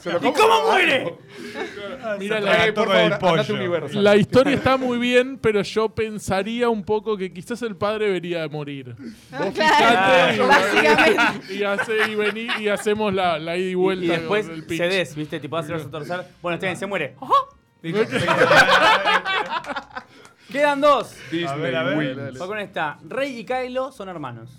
¿Se lo
¿Y
come?
cómo muere?
Mira,
Eh,
la,
Traga
por
todo el
favor, andate
pollo.
Universal.
la historia está muy bien, pero yo pensaría un poco que quizás el padre debería morir.
Claro,
fijate.
básicamente.
Y, hace, y, vení, y hacemos la, la ida y vuelta.
Y después
con el pitch.
cedes, viste, tipo hace a torcer. Bueno, está bien, se muere. Quedan dos.
Disney
A ver, a ver.
wins.
Dale,
Voy con esta. Rey y Kylo son hermanos.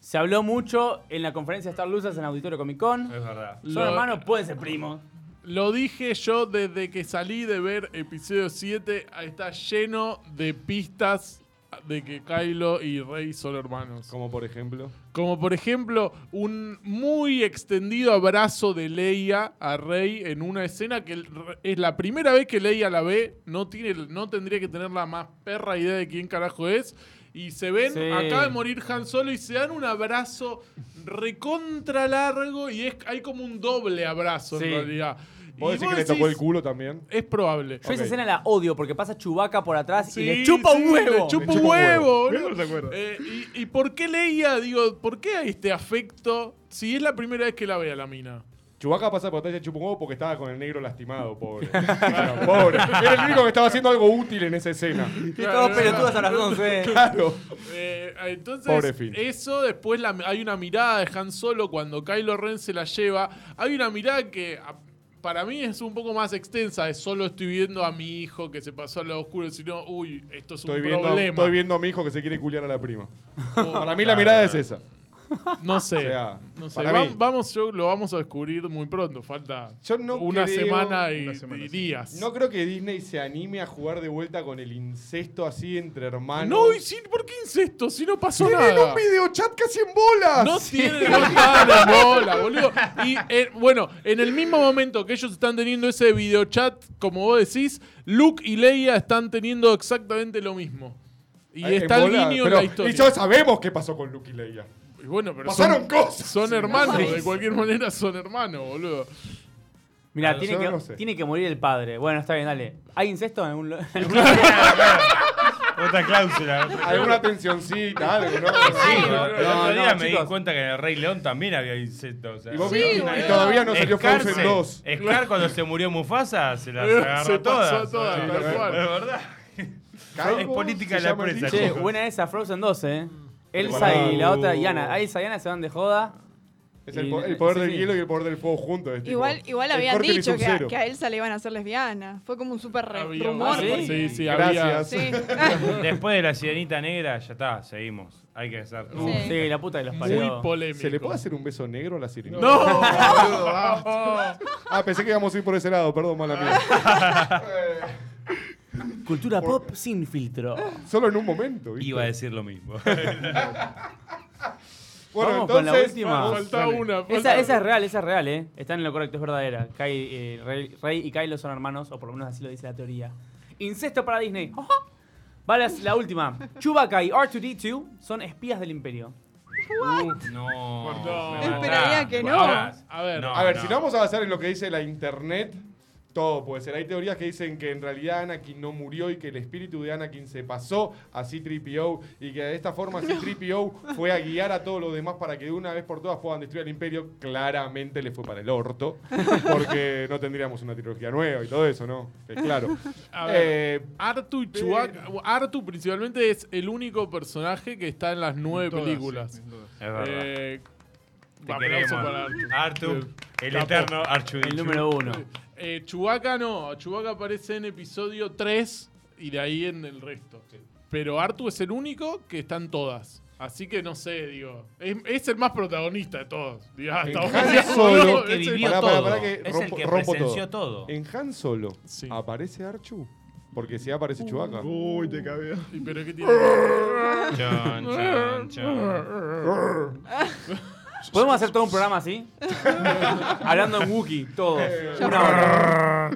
Se habló mucho en la conferencia de Star Losers en Auditorio Comic Con.
Es verdad.
Son
Lo-
hermanos, pueden ser primos.
Lo dije yo desde que salí de ver episodio 7. ah, Está lleno de pistas de que Kylo y Rey son hermanos.
Como por ejemplo.
Como por ejemplo, un muy extendido abrazo de Leia a Rey en una escena que el- es la primera vez que Leia la ve. No, tiene, no tendría que tener la más perra idea de quién carajo es. Y se ven,
Sí.
acaba de morir Han Solo y se dan un abrazo recontra largo y es, hay como un doble abrazo
Sí.
en realidad.
¿Vos
Y
decís
vos
que le tocó
decís,
el culo también?
Es probable.
Yo esa
Ok.
escena la odio porque pasa Chubaca por atrás
Sí,
y le chupa
sí,
un huevo.
Le chupa
Le
un
chupa un
huevo.
Mirá
boludo.
cómo se acuerda.
Eh, y, y por qué Leia? Digo, ¿por qué hay este afecto si es la primera vez que la ve a la mina?
Chubaca pasa por pantalla de Chupungo porque estaba con el negro lastimado, pobre. Claro, pobre. Era el único que estaba haciendo algo útil en esa escena.
Y todos pelotudos a las 11.
Claro.
Eh, entonces,
Pobre Finn.
eso después la- hay una mirada de Han Solo cuando Kylo Ren se la lleva. Hay una mirada que a- para mí es un poco más extensa. Es solo estoy viendo a mi hijo que se pasó al lado oscuro, sino, uy, esto es
Estoy
un
viendo,
problema.
estoy viendo a mi hijo que se quiere culiar a la prima. Para mí la mirada es esa.
No sé.
Ah, O sea,
no sé.
para
Va-
mí.
vamos, yo lo vamos a descubrir muy pronto. Falta
Yo no
una,
creo-
semana y,
Una semana,
y
sí.
días.
No creo que Disney se anime a jugar de vuelta con el incesto así entre hermanos.
No, y sin, ¿por qué incesto? Si no pasó
¡Tienen
nada.
un videochat casi en bolas!
No tienen no están en bola, boludo. Y eh, bueno, en el mismo momento que ellos están teniendo ese videochat, como vos decís, Luke y Leia están teniendo exactamente lo mismo. Y
Eh, en
está el
bolas,
guiño en
pero-
la historia.
Y ya sabemos qué pasó con Luke y Leia.
Y bueno, pero
Pasaron
son,
cosas.
son hermanos, de cualquier manera son hermanos, boludo.
Mira,
Yo
tiene, que,
no sé.
tiene que morir el padre. Bueno, está bien, dale. ¿Hay incesto en algún lugar?
Otra cláusula.
Alguna tensioncita, algo, ¿no?
Sí,
No,
boludo.
no,
el
no,
otro día
no,
me
chicos.
di cuenta que en el Rey León también había insectos. O sea,
Y, vos
sí,
viste,
boludo.
y todavía no salió
Scar
Frozen
se-
2.
Scar cuando se murió Mufasa se las agarró
Se pasó
todas.
todas,
Sí,
tal
la-
cual.
la verdad.
Calvo
Es política
se
la
llama el
presa,
disco.
Che, buena esa, Frozen 2, eh. Elsa
Preparado.
y la otra, Yana. Elsa y Yana se van de joda.
Es el,
Y-
po- el poder
sí,
del
sí.
hielo y el poder del fuego juntos. es tipo,
Igual, igual
el
habían
corte ni
dicho que a,
Sub-Zero.
que a Elsa le iban a hacer lesbiana. Fue como un súper re-
Había-
rumor. ¿eh?
¿sí?
porque-
sí, sí, había-
Gracias.
Sí. Ah,
Después de la sirenita negra, ya está, seguimos. Hay que hacer.
Sí.
Sí, la puta que los
Muy
parió.
polémico.
¿Se le puede hacer un beso negro a la sirenita?
¡No!
Ah, pensé que íbamos a ir por ese lado, perdón, mala mía.
Cultura pop sin filtro.
Solo en un momento. ¿viste?
Iba a decir lo mismo.
Bueno,
Vamos con la
entonces.
última.
vamos-
Falta
dale.
una.
Esa,
falta-
esa es real, esa es real, eh. Está en lo correcto, es verdadera. Kai, eh, Rey, Rey y Kylo son hermanos, o por lo menos así lo dice la teoría. Incesto para Disney. Vale, la última. Chewbacca y R2D2 son espías del Imperio.
No.
Perdón.
me mataste.
Esperaría que no.
Ahora,
A ver,
A ver, si no vamos a basar en lo que dice la internet, Todo puede ser. Hay teorías que dicen que en realidad Anakin no murió y que el espíritu de Anakin se pasó a C-3PO y que de esta forma C-3PO fue a guiar a todos los demás para que de una vez por todas puedan destruir el imperio. Claramente le fue para el orto porque no tendríamos una trilogía nueva y todo eso, ¿no? Es claro.
A ver,
Eh,
Artu y Chewbacca- Artu principalmente es el único personaje que está en las nueve
En todas,
películas.
sí, en todas.
Es verdad.
Eh,
Te
aplauso
queremos.
para Artu.
Artu,
Sí.
el
Capo.
eterno Archu.
El número uno.
Eh, Chewbacca no, Chewbacca aparece en episodio 3 y de ahí en el resto. Pero Artu es el único que están todas. Así que no sé, digo. Es, es el más protagonista de todos. Digo, hasta
En
ahora
Han
digamos,
Solo,
¿no?
el que
Es el-
vivió
Pará, pará,
todo.
pará que
es el
rompo-
que
rompo
presenció todo.
en Han Solo
Sí. Uh.
aparece Archu porque si aparece Chewbacca.
Uy, te cabeo.
Y Pero ¿qué tiene?
Chon, chon, chon.
¿Podemos hacer todo un programa así? Hablando en Wookiee, todo. Una hora.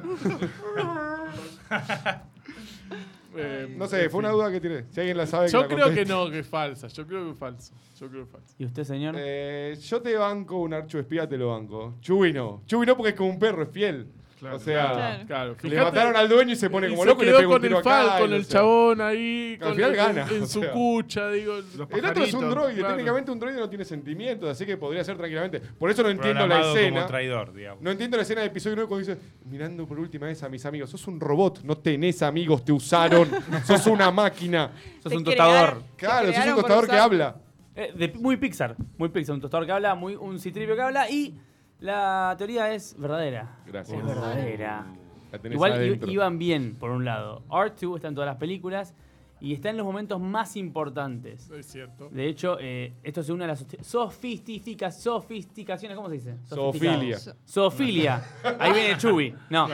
Eh,
No sé, fue una duda que tiré. Si alguien la sabe.
Yo
la
creo que
conteste.
no, que es falsa. Yo creo que es falso. Yo creo que es falso.
¿Y usted, señor?
Eh, yo te banco un archu espía, te lo banco. Chubi no. Chubi no porque es como un perro, es fiel.
Claro.
o sea,
Claro.
Claro,
le mataron al dueño y se pone
y
como
se
loco y le
quedó
pega un
con
tiro
el
acá.
fal, con
y, o
el
sea,
chabón ahí.
al
con
final
el-
gana,
En,
o
su
sea.
cucha, digo.
El otro es un
Pajarito,
droide.
claro.
Técnicamente un droide no tiene sentimientos, así que podría ser tranquilamente. Por eso no entiendo la
Programado como
escena.
traidor, digamos.
No entiendo la escena del episodio 9 cuando dice, mirando por última vez a mis amigos, sos un robot, no tenés amigos, te usaron, sos una máquina.
Sos
Te
un tostador.
crearon- te
Claro, sos un
crearon por
tostador que
usar-
habla.
Eh, de- muy Pixar. Muy Pixar. Un tostador que habla, muy, un citripio que habla y la teoría es verdadera.
Gracias.
Es verdadera.
La tenés
Igual i-
adentro.
iban bien, por un lado. R2 está en todas las películas y está en los momentos más importantes.
Es cierto.
De hecho, eh, esto se une a la sosti- sofistica, sofisticaciones, ¿cómo se dice?
Zoofilia.
Sofisticados. Zoofilia. Ahí viene Chubi. No.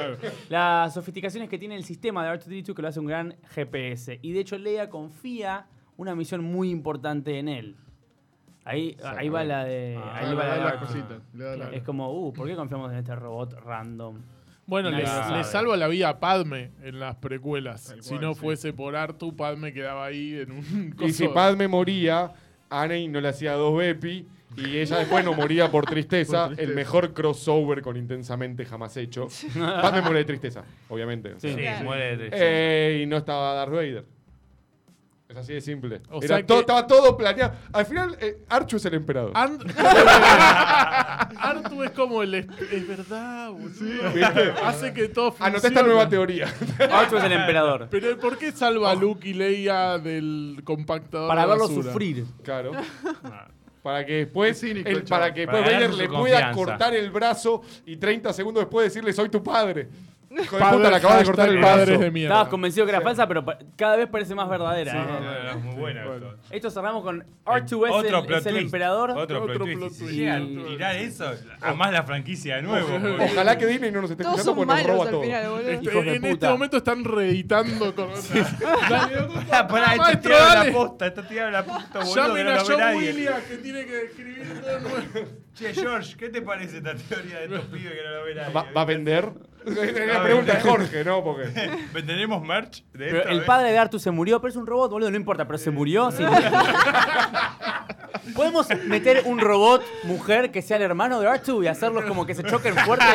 Las sofisticaciones que tiene el sistema de R2D2 que lo hace un gran GPS. Y de hecho, Leia confía una misión muy importante en él. Ahí, ahí va la de.
Ah,
ahí
le
va
da
la de
las
R2D2.
cositas, le da las-
Es como, uh, ¿por qué confiamos en este robot random?
Bueno,
Nadie
le,
lo sabe.
le salva la vida a Padme en las precuelas.
Tal
si
cual,
no
sí.
fuese por Artu, Padme quedaba ahí en un
Y si
coso.
Padme moría, Annie no le hacía dos Bepi y ella después no moría por tristeza,
Por tristeza.
el mejor crossover con intensamente jamás hecho. Padme muere de tristeza, obviamente. o
Sí.
sea.
Sí,
Claro.
muere de
Eh, y no estaba Darth Vader. Es así de simple.
O
Era
sea
to-
que-
Estaba todo planeado. Al final, eh, Archu es el emperador.
And- Artu es como el. Es, es verdad, boludo. Hace que todo funcione.
Anoté Ah, esta nueva teoría.
R2 es el emperador.
Pero ¿por qué salva a
Oh.
Luke y Leia del compactador?
Para
de
verlo
basura?
sufrir.
Claro. Para que después,
Qué cínico
el-
el chabón.
para que después
Para
Vader
ganarse
le
su
pueda
confianza.
cortar el brazo y 30 segundos después decirle soy tu padre. Hijo de
Padre-
puta, le acabas de cortar el
hashtag padres
brazo.
de mierda.
Estabas convencido que era falsa, pero pa- cada vez parece más verdadera. ¿eh?
Es muy buena esto.
Esto cerramos con R2 es,
Otro
el,
plot
es el
twist.
emperador.
Otro plot
Otro
twist.
plot
Si
twist.
llegan
Y-
a tirar eso, amás la franquicia de nuevo. boludo.
Ojalá que Disney no nos esté
Todos
escuchando
son
porque nos
malos
roba
al
todo.
final, boludo.
Este-
Hijos de
en este
puta.
momento están reeditando con. Dale, otro-
Pará, pará, está
Maestro,
tirado
dale.
la posta, está tirado la posta, boludo. que
Llamen
no
a
la ve
John
nadie.
Williams que tiene que escribir todo nuevo.
Che, George, ¿qué te parece esta teoría de estos pibes que no lo ven nadie?
¿Va, va a vender? Es la
a
pregunta de
vender.
Jorge, ¿no? Porque
¿Venderemos merch de
Pero
esto?
el
¿Ves?
padre de Arthur se murió, pero es un robot, boludo, no importa,
Eh.
pero se murió. sí. ¿Podemos meter un robot mujer que sea el hermano de Arthur y hacerlos como que se choquen fuerte?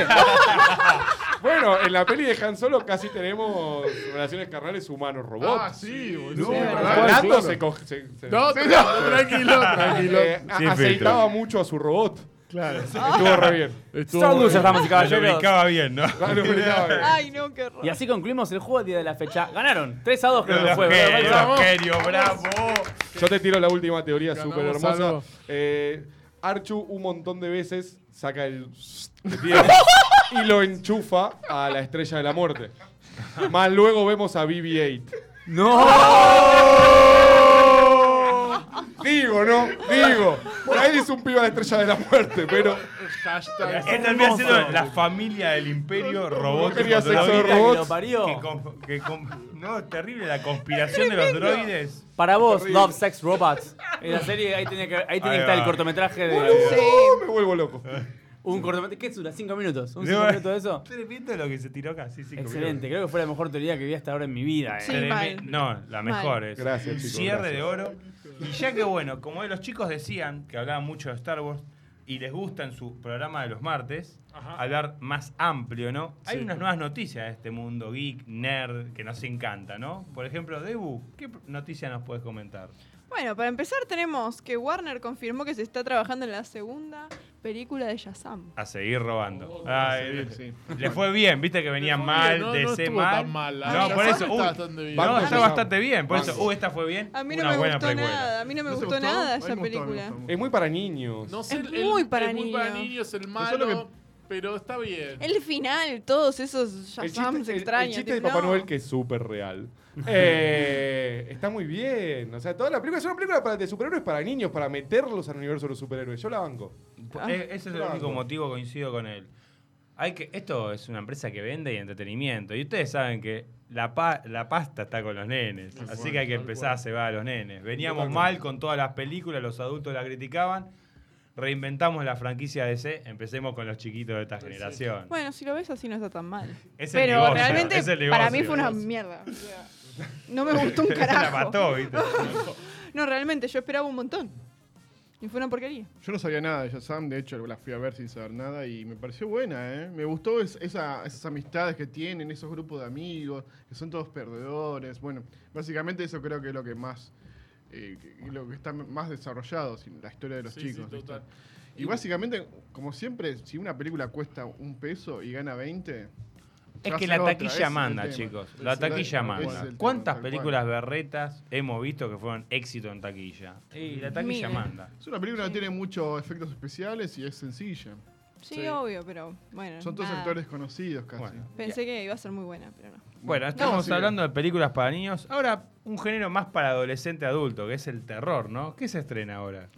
bueno, en la peli de Han Solo casi tenemos relaciones carnales humanos robot.
Ah, sí,
No,
boludo.
sí,
Hablando
claro.
se coge- se- se-
No,
se-
no, tranquilo, tranquilo.
eh, a-
Sin
aceitaba
filtro.
mucho a su robot.
Claro.
Estuvo re bien.
Estuvo
Son
muy
luces,
bien.
damas y
Lo
caballeros.
ubicaba bien, ¿no?
Ah, no, mirá, eh.
Ay, no, qué raro.
Y así concluimos el juego a día de la fecha. Ganaron 3 a 2, creo que
Los
fue.
genios,
Bravo.
los genios, bravo.
Yo te tiro la última teoría
Ganamos
súper hermosa.
algo.
Eh, Archu un montón de veces saca el que tiene y lo enchufa a la estrella de la muerte. Más luego vemos a BB-8. ¡No! Digo, ¿no? Digo. Por ahí es un pibe a la estrella de la muerte, pero
Hashtag.
Esta termina siendo la familia del imperio robot.
quería
con
sexo de
droides
Que lo
robots.
parió.
que con- que con- no, terrible la conspiración de los droides.
Para vos, Love, Sex, Robots. En la serie ahí tenía que, ahí tenía
Ahí
que estar el
va.
cortometraje de...
Oh, me vuelvo loco.
Un cortometraje. ¿Qué dura? ¿5 minutos? ¿Un
Sí,
5
bueno.
minutos de eso?
Tremendo lo que se tiró casi. cinco
Excelente,
minutos.
creo que fue la mejor teoría que vi hasta ahora en mi vida. eh.
Sí,
Treme-
mal.
No, la mejor es.
Gracias,
Un
chicos,
Cierre
gracias.
de oro. Y ya que bueno, como los chicos decían, que hablaban mucho de Star Wars, y les gusta en su programa de los martes
Ajá.
hablar más amplio, ¿no? Hay
Sí.
unas nuevas noticias de este mundo geek, nerd, que nos encanta, ¿no? Por ejemplo, Debu, ¿qué pr- noticia nos puedes comentar?
Bueno, para empezar tenemos que Warner confirmó que se está trabajando en la segunda película de Shazam.
A seguir robando. Ay,
Sí, sí.
le fue bien, viste que venía
fue
mal,
bien, no-
de
no
DC
estuvo
mal.
tan mal, la
No,
verdad.
por
Ya
eso.
está
uh,
bastante bien.
No,
Banco
está
ya.
bastante bien. Por eso,
Banco.
uh, esta fue bien.
A mí no
una
me
buena
gustó
precuela.
nada, a mí no me
¿No se
gustó,
gustó?
nada
A mí
esa
me gustó, me
película.
gustó.
Es muy para niños.
No sé,
Es muy para
es muy para
niños.
niños, el
solo
malo,
que-
pero está bien.
El final, todos esos
El
Shazams
chiste, el- el
extraños.
chiste de
tipo,
Papá
no.
Noel que es súper real. Eh, está muy bien. O sea, toda la película es una película para, de superhéroes para niños, para meterlos al universo de los superhéroes. Yo la banco.
Ah,
E- ese es el
claro.
único motivo que coincido con él. Hay que, esto es una empresa que vende y entretenimiento. Y ustedes saben que la, pa- la pasta está con los nenes.
Tal
así
cual,
que hay que
tal
empezar a cebar a los nenes. Veníamos
Totalmente.
mal con todas las películas, los adultos la criticaban. Reinventamos la franquicia DC, empecemos con los chiquitos de esta generación.
Bueno, si lo ves así no está tan mal.
Es el
Pero
negocio,
realmente
es el
para
negocio.
mí fue una mierda. o sea, No me gustó un
La
carajo.
mató, ¿viste?
No, realmente, yo esperaba un montón. Y fue una porquería.
Yo no sabía nada de Shazam, de hecho la fui a ver sin saber nada y me pareció buena, ¿eh? Me gustó es- esa- esas amistades que tienen, esos grupos de amigos, que son todos perdedores. Bueno, básicamente eso creo que es lo que más. eh, que- lo que está más desarrollado, sin- la historia de los
Sí, sí,
chicos. ¿viste?
total.
Y básicamente, como siempre, si una película cuesta un peso y gana 20.
Es
va
que
a
la
ser otra, ese
taquilla
es el
manda,
tema.
chicos.
Ese
La
es el-
taquilla
ese es
manda.
el tema,
¿Cuántas
tal cual.
películas berretas hemos visto que fueron éxito en taquilla? Y la taquilla
Miren.
manda.
Es una película que tiene muchos efectos especiales y es sencilla.
Sí,
Sí.
obvio, pero bueno.
Son todos
nada.
actores conocidos casi.
Bueno.
Pensé que iba a ser muy buena, pero no.
Bueno, estamos
sigue.
hablando de películas para niños. Ahora, un género más para adolescente adulto, que es el terror, ¿no? ¿Qué se estrena ahora?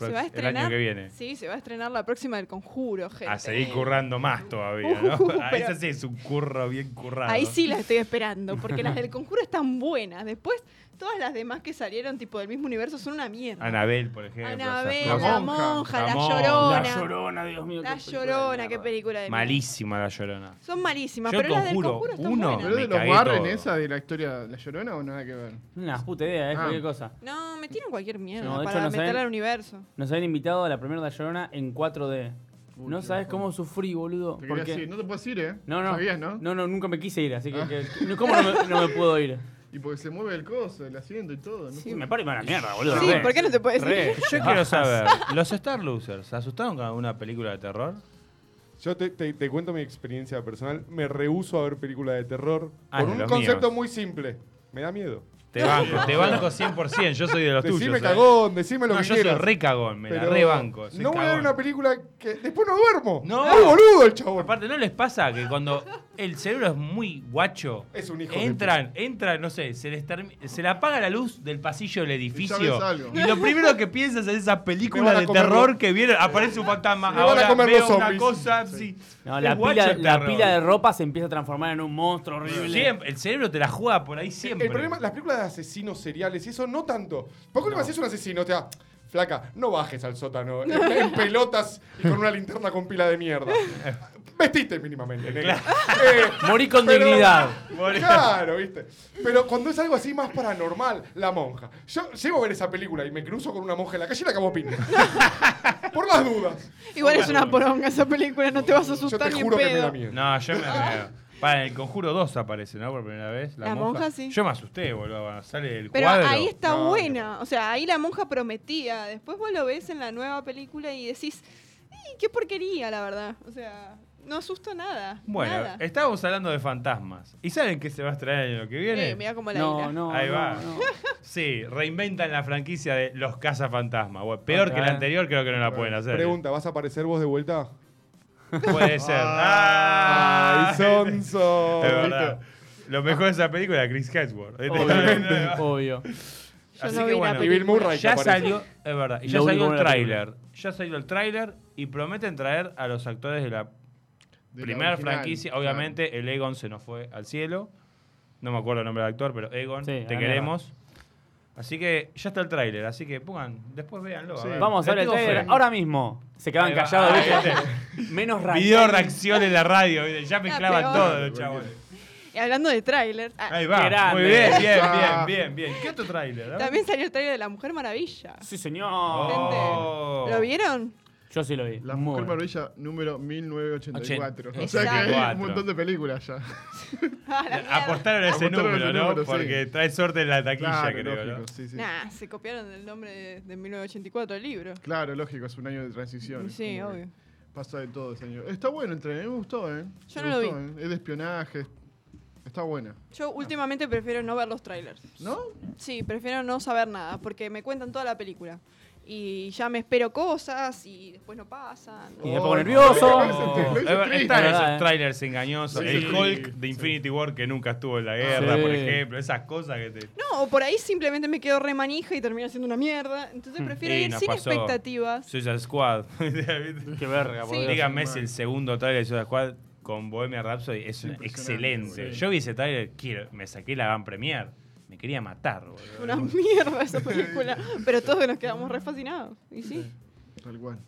Se va a
El año
estrenar.
que viene.
Sí, se va a estrenar la próxima del conjuro, gente.
A seguir currando más todavía, ¿no?
Uh,
A
pero-
esa sí es un curro bien currado.
Ahí sí las estoy esperando, porque las del conjuro están buenas. Después, todas las demás que salieron tipo del mismo universo son una mierda.
Anabel, por ejemplo.
Anabel,
esas cosas.
la
La
monja,
Monja.
la
La Monja.
llorona.
La llorona, Dios mío.
La
qué película de
llorona, qué
mierda.
película de
Malísima la llorona.
mierda. Son malísimas,
Yo
pero las del
Conjuro
conjuro están
uno.
buenas.
¿Pero es
Me
de los
cagué
Warren
todo.
esa de la historia de la llorona o nada que ver?
Una puta idea, ¿eh?
Ah.
Cualquier cosa.
No, me tiran cualquier mierda
No, de hecho,
para
no
meterla
saben-
al universo.
Nos habían invitado a la primera de La Llorona en 4D.
Uy,
no
qué
sabes
bajón.
cómo sufrí, boludo.
Te
¿Por
quería
qué?
decir, no te puedes ir, ¿eh?
No, no.
Sabías, ¿no?
No, no, nunca me quise ir, así que. que- ¿Cómo no me, no me puedo ir?
Y porque se mueve el coso, el asiento y todo. ¿no?
Sí, me paro y me da la mierda, boludo.
Sí,
Re.
¿por qué no te puedes
Re.
decir?
Yo quiero saber, ¿los Star Losers se asustaron con alguna película de terror?
Yo te, te- te cuento mi experiencia personal. Me rehuso a ver películas de terror
Ah,
por
de
un
los
concepto
míos.
muy simple. Me da miedo.
Te banco, te banco 100%, yo soy de los
decime
tuyos. ¿eh?
cagón, decime lo
No,
que
yo soy
quieras.
re cagón, me la
Pero
re banco. soy
No voy a ver
cagón.
una película que después no duermo.
No.
Muy boludo el chabón.
Aparte, ¿no les pasa que cuando el cerebro es muy guacho,
Es un hijo de
entran, entran, no sé, se les, termi- se le apaga la luz del pasillo del edificio
ves algo.
y lo primero que piensas es esa
Me
película
van a
de
comer
terror
los-
que viene, aparece un fantasma,
Me van a
ahora
comer
veo
los
una
zombies.
cosa, sí.
No,
Es
la
guacho
pila,
el
la
terror.
pila de ropa se empieza a transformar en un monstruo horrible.
Siempre, el cerebro te la juega por ahí siempre.
El problema, las películas de asesinos seriales y eso no tanto. ¿Por qué no,
No.
haces un asesino? O sea, flaca, no bajes al sótano en, en pelotas y con una linterna con pila de mierda. Vestiste mínimamente, negra. Eh,
Morí con
pero-
dignidad.
Claro, viste. Pero cuando es algo así más paranormal, la monja. Yo llego a ver esa película y me cruzo con una monja en la calle y la acabo piña. Por las dudas.
Igual es una poronga esa película, no te vas a
Yo
asustar
te
ni en
juro que me da
pedo.
miedo.
No, yo me veo. Para, en el conjuro 2 aparece, ¿no? Por primera vez. La,
La
monja.
monja, sí.
Yo me asusté, boludo. cuando Sale del
Pero
cuadro.
ahí está
No,
buena. O sea, ahí la monja prometía. Después vos lo ves en la nueva película y decís, "Ey, qué porquería, la verdad. O sea, no asustó nada.
Bueno, eh,
nada.
estábamos hablando de fantasmas. ¿Y saben qué se va a estrenar el año que viene?
Eh, mirá cómo la hila.
No, no.
Ahí
no,
va.
no.
Sí, reinventan la franquicia de Los Cazafantasmas. Bueno, peor
Otra
que la
vez.
anterior, creo que no la pueden hacer.
Pregunta, ¿vas a aparecer vos de vuelta?
Puede ser.
Ay,
¡Ah!
Sonso.
Es verdad. Lo mejor de esa película es Chris Hemsworth.
Obvio. obvio.
Yo
Así
no
que
vi la
bueno,
Y Bill Murray. que
Ya
aparece.
salió, es verdad, y ya
Lo único
salió el
bueno de la película.
tráiler. Ya salió el tráiler y prometen traer a los actores de la
De la
primera
original,
franquicia.
claro.
Obviamente, el Egon se nos fue al cielo. No me acuerdo el nombre del actor, pero Egon,
Sí,
te
la
queremos. Así que ya está el tráiler, así que pongan, después véanlo. a
Sí.
ver.
Vamos a ver
Le
el
tengo
trailer
fe.
ahora mismo. Se quedan
Ahí va.
callados,
Ahí
¿viste? Menos rancios.
Video reacción en la radio, ¿viste? ya mezclaban
peor.
todo los chavales.
Y hablando de trailers, ah,
Ahí
Qué
va,
grande.
muy bien, bien,
Ah.
bien, bien, bien. ¿Qué otro tráiler? A ver.
también salió el trailer de La Mujer Maravilla.
Sí, señor.
Oh.
¿Lo vieron?
Yo sí lo vi.
La
Muy
Mujer
bueno.
Maravilla número 1984.
Ochen-
O sea que hay un
84.
montón de películas ya.
Ah,
Eh,
la
Apostaron a
mierda.
ese
Apostaron a ese
número, ¿no?
número, sí.
Porque trae suerte en la taquilla,
Claro,
creo, ¿no?
lógico, sí, sí.
Nah, se copiaron el nombre de, de 1984 del libro.
Claro, lógico, es un año de transición.
Sí,
Como que
obvio.
Pasa de todo ese año. Está bueno el tren, me gustó, ¿eh?
Yo
Me
no lo
gustó, ¿eh? Es de espionaje. Está buena.
Yo últimamente prefiero no ver los trailers.
¿No?
Sí, prefiero no saber nada, porque me cuentan toda la película. Y ya me espero cosas y después no pasan.
Y
Oh,
me pongo
no,
nervioso.
no, no, no, no, no, no, no, no,
Están
¿verdad, eh?
esos trailers engañosos.
Sí,
el
sí,
Hulk de Infinity War que nunca estuvo en la guerra,
Sí.
por ejemplo. Esas cosas que te.
No, o por ahí simplemente me quedo remanija y termino haciendo una mierda. Entonces prefiero
Y
ir
nos
sin
pasó.
expectativas.
Suicide Squad.
Qué verga, por
Sí.
Dios.
Díganme si el segundo trailer de Suicide Squad con Bohemia Rhapsody es un
Impresionante,
excelente.
sí.
Yo vi ese trailer, quiero- me saqué la van premier. Me quería matar, boludo.
Una mierda esa película. Pero todos nos quedamos re fascinados. Y sí.
Tal cual.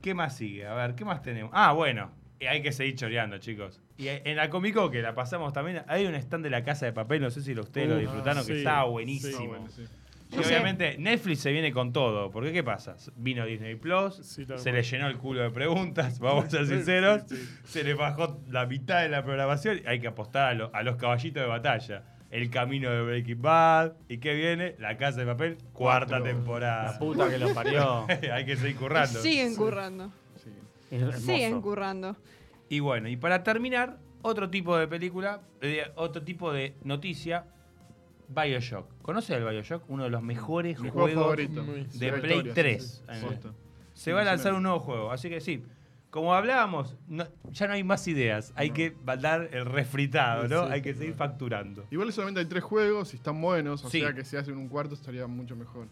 ¿Qué más sigue? A ver, ¿qué más tenemos? Ah, bueno. eh, Hay que seguir choreando, chicos. Y eh, en la Comico, que la pasamos también, hay un stand de la Casa de Papel, no sé si lo- ustedes lo
Uh,
disfrutaron,
sí,
que estaba
sí.
buenísimo.
Está bueno, sí.
Y
No sé.
obviamente Netflix se viene con todo, porque ¿qué pasa? Vino Disney Plus,
Sí, tal
se
cual.
le llenó el culo de preguntas, vamos a ser sinceros,
Sí, sí.
se le bajó la mitad de la programación, hay que apostar a, lo- a los caballitos de batalla. El camino de Breaking Bad, ¿y qué viene? La Casa de Papel, cuarta
Cuatro.
temporada.
La puta que lo parió.
hay que seguir
Y
currando.
siguen currando.
Sí.
Es hermoso.
Siguen currando.
Y bueno, y para terminar, otro tipo de película, eh, otro tipo de noticia, Bioshock. ¿Conoce el Bioshock? Uno de los mejores
Mi juego
juegos
favorito.
muy-
Sí,
de
la
Play
historia,
3.
sí,
Ahí
sí.
va.
Posta.
Se va a lanzar
Impresionante.
un nuevo juego, así que sí. Como hablábamos, no- ya no hay más ideas, hay que mandar el refritado, ¿no?
Sí,
hay que seguir facturando.
Igual solamente hay tres juegos y están buenos, o
Sí.
sea que si hacen un cuarto estaría mucho mejor.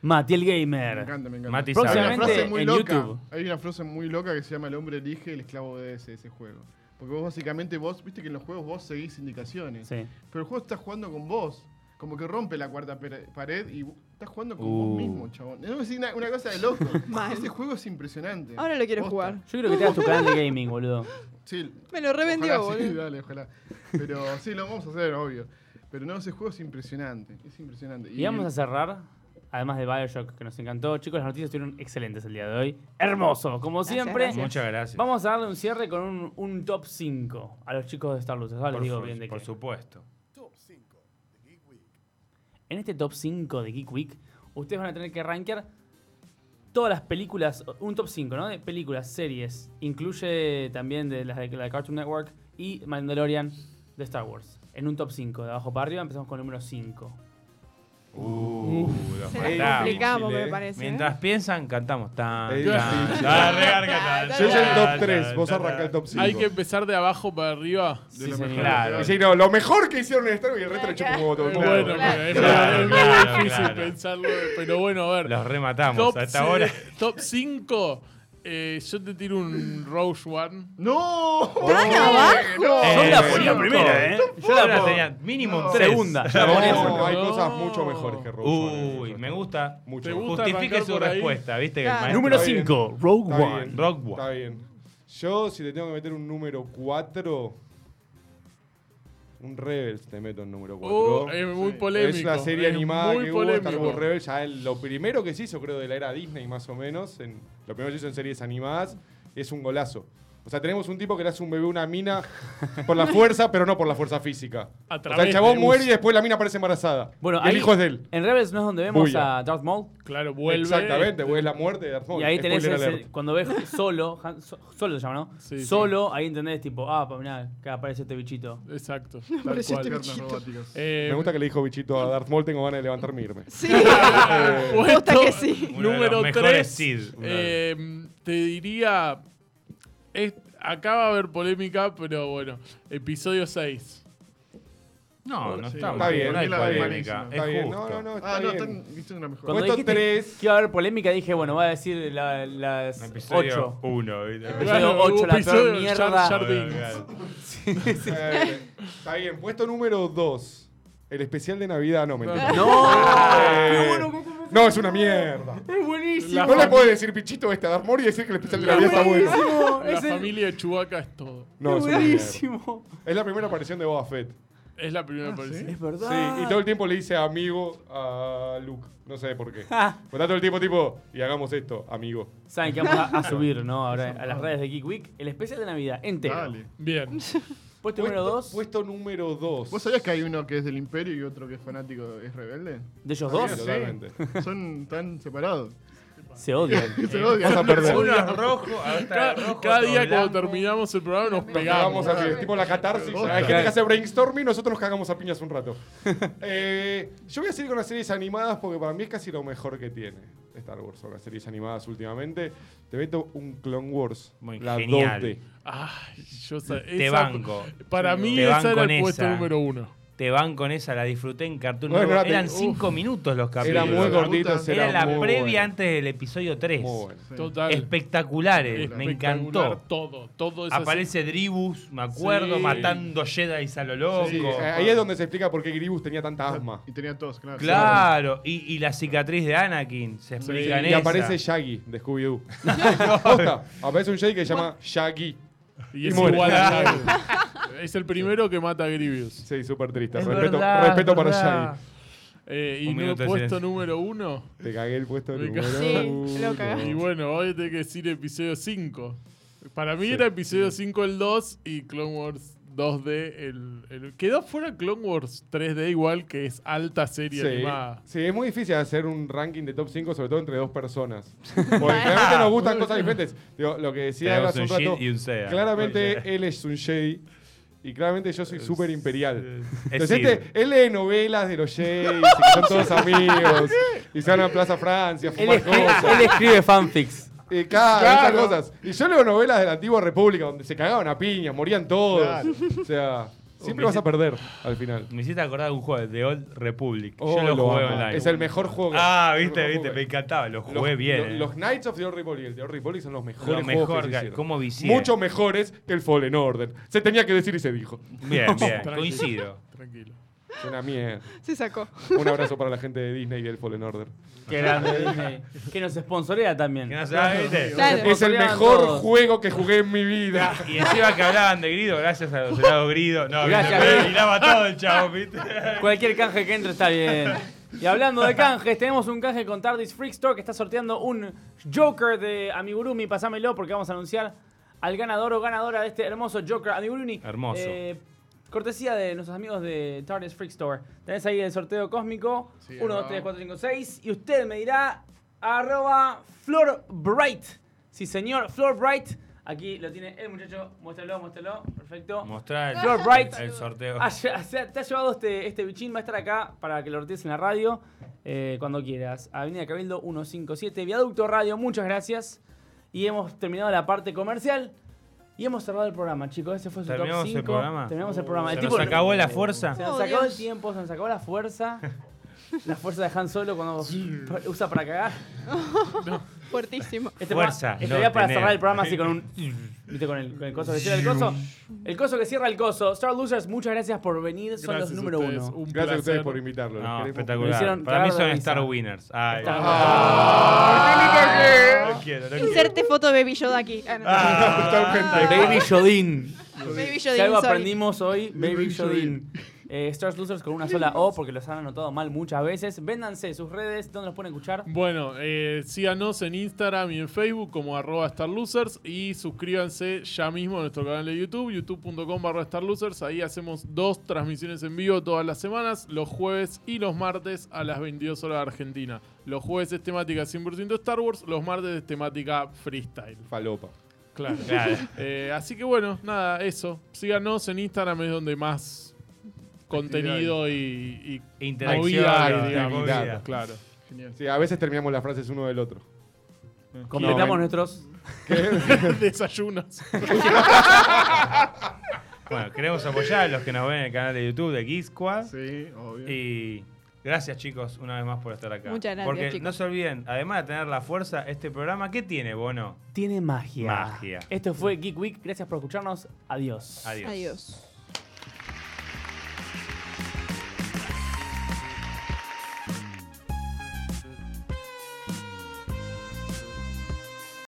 Matiel
Me
Gamer.
encanta, me encanta.
Mati
Hay
sabe.
una
Próximamente
frase muy
en
loca.
YouTube.
Hay una frase muy loca que se llama El hombre elige, el esclavo obedece ese juego. Porque vos básicamente vos, viste que en los juegos vos seguís indicaciones.
Sí.
Pero el juego está jugando con vos. Como que rompe la cuarta pere- pared y vos- estás jugando con
Uh.
vos mismo, chabón. No, es una, una cosa de loco.
Mal.
Ese juego es impresionante.
Ahora lo quiero
Posta.
jugar.
Yo creo que te das tu canal de gaming, boludo.
Sí,
Me lo revendió,
ojalá, sí,
boludo.
dale, ojalá. Pero sí, lo vamos a hacer, obvio. Pero no, ese juego es impresionante. Es impresionante.
Y vamos a cerrar, además de Bioshock, que nos encantó. Chicos, las noticias estuvieron excelentes el día de hoy. Hermoso, como
Gracias,
siempre.
gracias.
Muchas gracias.
Vamos a darle un cierre con un, un top 5 a los chicos de Star Wars. Ahora
por,
les digo
su-
bien de
por
qué.
supuesto.
Top 5 de Geek Week.
En este top 5 de Geek Week, ustedes van a tener que rankear todas las películas, un top 5, ¿no? De películas, series. Incluye también de las de la de Cartoon Network y Mandalorian de Star Wars. En un top 5, de abajo para arriba, empezamos con el número 5.
Uh, los
Se
Ey,
la
matamos.
complicamos,
difícil,
me
eh.
parece. ¿eh?
Mientras piensan, cantamos tan.
Ey,
tan,
sí.
tan, regarga, tan,
Yo
Yo ya el
tan,
top
tan,
3, vos
tan,
arranca el
tan.
top 5.
Hay que empezar de abajo para arriba.
De lo
Sí,
mejor.
claro.
Sí, no, lo mejor que hicieron en Star Wars y el resto le echó un huevo todo el
Bueno,
mundo.
pero es,
Claro,
es muy
claro,
difícil
claro.
pensarlo, eh, pero bueno, a ver.
Los rematamos. Hasta ahora.
ci- Top 5. Eh, yo te tiro un Rogue One.
¡No!
¡Tan abajo!
Eh,
Yo la
sí,
ponía
no.
primera, ¿eh?
Yo la tenía mínimo
No.
tres.
Segunda.
La
No,
ponía
no,
segunda.
hay
No.
cosas mucho mejores que Rogue One.
Uy, me gusta.
Mucho
¿Te
mejor.
gusta
Justifique
arrancar
su
por ahí?
respuesta, ¿viste? Que el
Claro.
maestro-
Número
Está bien.
5, Rogue
Está
One.
bien,
Rogue One.
Está bien. Yo, si te tengo que meter un número 4, un Rebels te meto en número 4.
Oh, es muy
Sí.
polémico.
es la serie
es
animada
muy
que hubo,
polémico.
Star Wars Rebels, ya el- lo primero que se hizo, creo, de la era Disney, más o menos, en, lo primero que se hizo en series animadas, es un golazo. O sea, tenemos un tipo que le hace un bebé a una mina por la fuerza, pero no por la fuerza física.
A
O sea, el
través
chabón
de
muere
un-
y después la mina aparece embarazada.
Bueno,
Y el
ahí-
hijo es de él.
En Rebels no es donde vemos
Bulla.
a Darth Maul.
Claro, vuelve.
Exactamente, güey, es la muerte de Darth Maul.
Y ahí tenés
Spoiler
ese-
alert.
cuando ves solo, Han- so- solo se llama, ¿no?
Sí, sí.
solo, ahí entendés tipo, ah, pa, mirá, que aparece este bichito.
Exacto.
Tal
Tal
cual,
cual.
piernas robóticas.
Eh,
Me gusta que le dijo bichito a Darth Maul, tengo ganas de levantarme e irme.
Sí.
puesto
Posta que sí.
Uno de los
Número
mejores
3.
Sid.
eh, te diría. es- acá va a haber polémica, pero bueno. Episodio 6.
No, no
Sí.
está,
Está bien,
No hay
está bien.
polémica.
Está
es
bien,
justo.
no, no, no, está
Ah, no,
bien.
están, hiciste una mejor.
Cuando
Puesto
dijiste
tres.
que iba a haber polémica, dije, bueno, va a decir la- las
Episodio
8.
1.
Episodio ocho, la peor mierda.
Eh, Está bien, puesto número 2. El especial de Navidad, no, mentira. Eh, no, es una mierda.
¡Es buenísimo!
La
no le
fam-
puedes decir pichito este a Darth Maul y decir que el especial de Navidad está bueno.
buenísimo!
La
Es el-
familia de Chewbacca es todo.
No,
es
es una mierda.
buenísimo.
Es la primera aparición de Boba Fett.
Es la primera
Ah,
aparición.
¿sí?
Es verdad.
Sí, y todo el tiempo le dice amigo a Luke. No sé por qué.
Ah.
Pero está todo el tiempo tipo, y hagamos esto, amigo.
Saben que vamos a, a subir, ¿no? Ahora a las redes de Geek Week, el especial de Navidad entero.
Dale.
Bien.
Puesto número 2
Puesto número 2.
¿Vos sabías que hay uno que es del Imperio y otro que es fanático, es rebelde?
de ellos
Ah,
dos
bien.
Totalmente.
Son tan separados.
se odian.
Que se odian.
Vas a perder.
Uno es rojo, ahora está
Cada,
rojo,
cada
otro
día cuando
blanco.
terminamos el programa nos
Nos
pegamos.
cagamos a piñas. Tipo la catarsis.
Posta.
Hay gente que hace brainstorming, nosotros nos cagamos a piñas un rato. Eh, yo voy a seguir con las series animadas porque para mí es casi lo mejor que tiene Star Wars. Son las series animadas últimamente. Te meto un Clone Wars.
Muy
la
genial.
2D.
Ay, yo sa-
Te
esa-
banco.
Para mí
Te
esa
banco
era
en
el puesto
esa.
número uno.
Te van con esa, la disfruté en Cartoon
Bueno,
Network.
la te-
Eran
uf.
5 minutos los capítulos.
Era muy
la
gordito.
puta.
Era la
muy
previa
bueno.
antes del episodio 3.
Muy bueno.
Sí.
Total.
Espectaculares, me
Espectacular
encantó.
Todo, todo eso.
Aparece Dribus, me acuerdo,
Sí.
matando Jedi y lo
Sí,
loco.
Eh, Ahí es donde se explica por qué Gribus tenía tanta asma.
Y tenía todos, claro.
Claro, y, y la cicatriz de Anakin, se explica en
Y
esa.
aparece Shaggy de Scooby-Doo. Posta, aparece un Shaggy que se llama Shaggy.
Y es
y muere.
igual a Shaggy. Es el primero que mata a Grievous.
Sí, súper triste.
Es
Respeto,
verdad,
respeto
es
para
verdad.
Shaggy.
Eh,
Un
y no
minuto de
puesto
silencio.
número uno.
Te cagué el puesto
Me
número
cagué.
Sí, lo
uno.
cagaste.
Y bueno, hoy tengo que decir episodio 5. Para mí era episodio 5 el 2 y Clone Wars 2D el, el- Quedó fuera Clone Wars 3D igual, que es alta serie
Sí.
animada.
Sí, es muy difícil hacer un ranking de top 5, sobre todo entre dos personas. Porque claramente nos gustan cosas diferentes. Digo, lo que decía él
Tenemos
hace
un
un rato,
Jin y un Seiya. Oye.
claramente él es un Jedi y claramente yo soy súper imperial.
Es
Entonces, este, él lee novelas de los Jays, y que son todos amigos, y se van a Plaza Francia a
Él,
fumar
escribe,
cosas.
él escribe fanfics.
Eh, claro,
Claro.
esas cosas. Y yo leo novelas de la antigua república donde se cagaban a piñas, morían todos.
Claro.
O sea, siempre
Hombre,
vas a perder al final.
Me hiciste acordar de un juego, The Old Republic.
Oh,
Yo lo,
lo
jugué
amo.
online.
Es el mejor juego. que-
Ah,
el
viste,
mejor
viste,
juego
me
que-
encantaba, lo
Los-
jugué bien.
lo-
eh.
Los Knights of the Old Republic, el The Old Republic son los mejores
Lo
juegos
mejor,
que se
ca-
hicieron.
cómo vicié.
Mucho mejores que el Fallen Order. Se tenía que decir y se dijo.
Bien, bien,
Tranquilo.
coincido.
Tranquilo.
Es Una mierda.
Se sacó.
Un abrazo para la gente de Disney y del Fallen Order.
Qué grande Disney. Que nos sponsorea también.
Que no se- ah, ¿viste?
Claro.
Es el
Sponsoreaban
mejor
todos.
juego que jugué en mi vida.
Y encima que hablaban de grido, gracias a los helados grido. No,
Gracias,
viste,
Grido.
miraba todo el chavo, ¿viste?
Cualquier canje que entre está bien. Y hablando de canjes, tenemos un canje con Tardis Freak Store que está sorteando un Joker de Amigurumi. Pásamelo porque vamos a anunciar al ganador o ganadora de este hermoso Joker Amigurumi.
Hermoso.
Eh, cortesía de nuestros amigos de Tardis Freak Store. Tenés ahí el sorteo cósmico. 1, 2, 3, 4, 5, 6. Y usted me dirá arroba Florbright. Sí, señor, Florbright. Aquí lo tiene el muchacho. Muéstralo, muéstralo. Perfecto.
Mostrar
Flor Bright.
el sorteo.
Ah, ya- se- te ha llevado este, este bichín, va a estar acá para que lo rotees en la radio eh, cuando quieras. Avenida Cabildo 157, Viaducto Radio, muchas gracias. Y hemos terminado la parte comercial y hemos cerrado el programa, chicos. Ese fue su top
¿Terminamos el
5.
programa? Uh,
Terminamos el programa.
Se
El
nos acabó la fuerza.
se nos
Oh,
acabó
Dios.
el tiempo, se nos acabó la fuerza. La fuerza de Han Solo cuando pa- usa para cagar.
Fuertísimo.
Este
Fuerza,
programa
no
estaría para
tener.
cerrar el programa así con un. ¿Viste? Con el, con el coso que cierra el coso. El coso que cierra el coso. Star Losers, muchas gracias por venir. Son
Gracias
los número
a ustedes.
uno.
Un
Gracias a ustedes
placer.
por invitarlo. Los
No,
queremos.
Me
espectacular.
hicieron
Para mí
cagar de
son
risa.
Star Winners. Ah, Ay,
Star
no Ah, quiero, no quiero.
Inserte foto de Baby Yoda aquí. Ah, no.
Baby Jodin.
Baby
Si algo
Yoda, sorry.
aprendimos hoy, Baby
Baby
Jodin. Eh, Stars Losers con una sola O porque los han anotado mal muchas veces. Véndanse sus redes, donde los pueden escuchar?
Bueno, eh, síganos en Instagram y en Facebook como arroba StarLosers y suscríbanse ya mismo a nuestro canal de YouTube, youtube.com barra StarLosers. Ahí hacemos dos transmisiones en vivo todas las semanas, los jueves y los martes a las 22 horas de Argentina. Los jueves es temática 100% Star Wars, los martes es temática freestyle.
Falopa.
Claro.
Claro.
Eh, así que bueno, nada, eso. Síganos en Instagram, es donde más contenido y, y
Interacción,
movida hay, digamos.
actividad.
Claro.
Genial.
Sí, a veces terminamos las frases uno del otro.
Completamos
No,
nuestros.
Desayunos.
Bueno, queremos apoyar a los que nos ven en el canal de YouTube de Geek Squad.
Sí, obvio.
Y gracias, chicos, una vez más por estar acá.
Muchas gracias,
Porque
chicos.
no se olviden, además de tener la fuerza, este programa, ¿qué tiene, Bono?
Tiene magia.
Magia.
Esto fue Geek Week. Gracias por escucharnos. Adiós.
Adiós.
Adiós.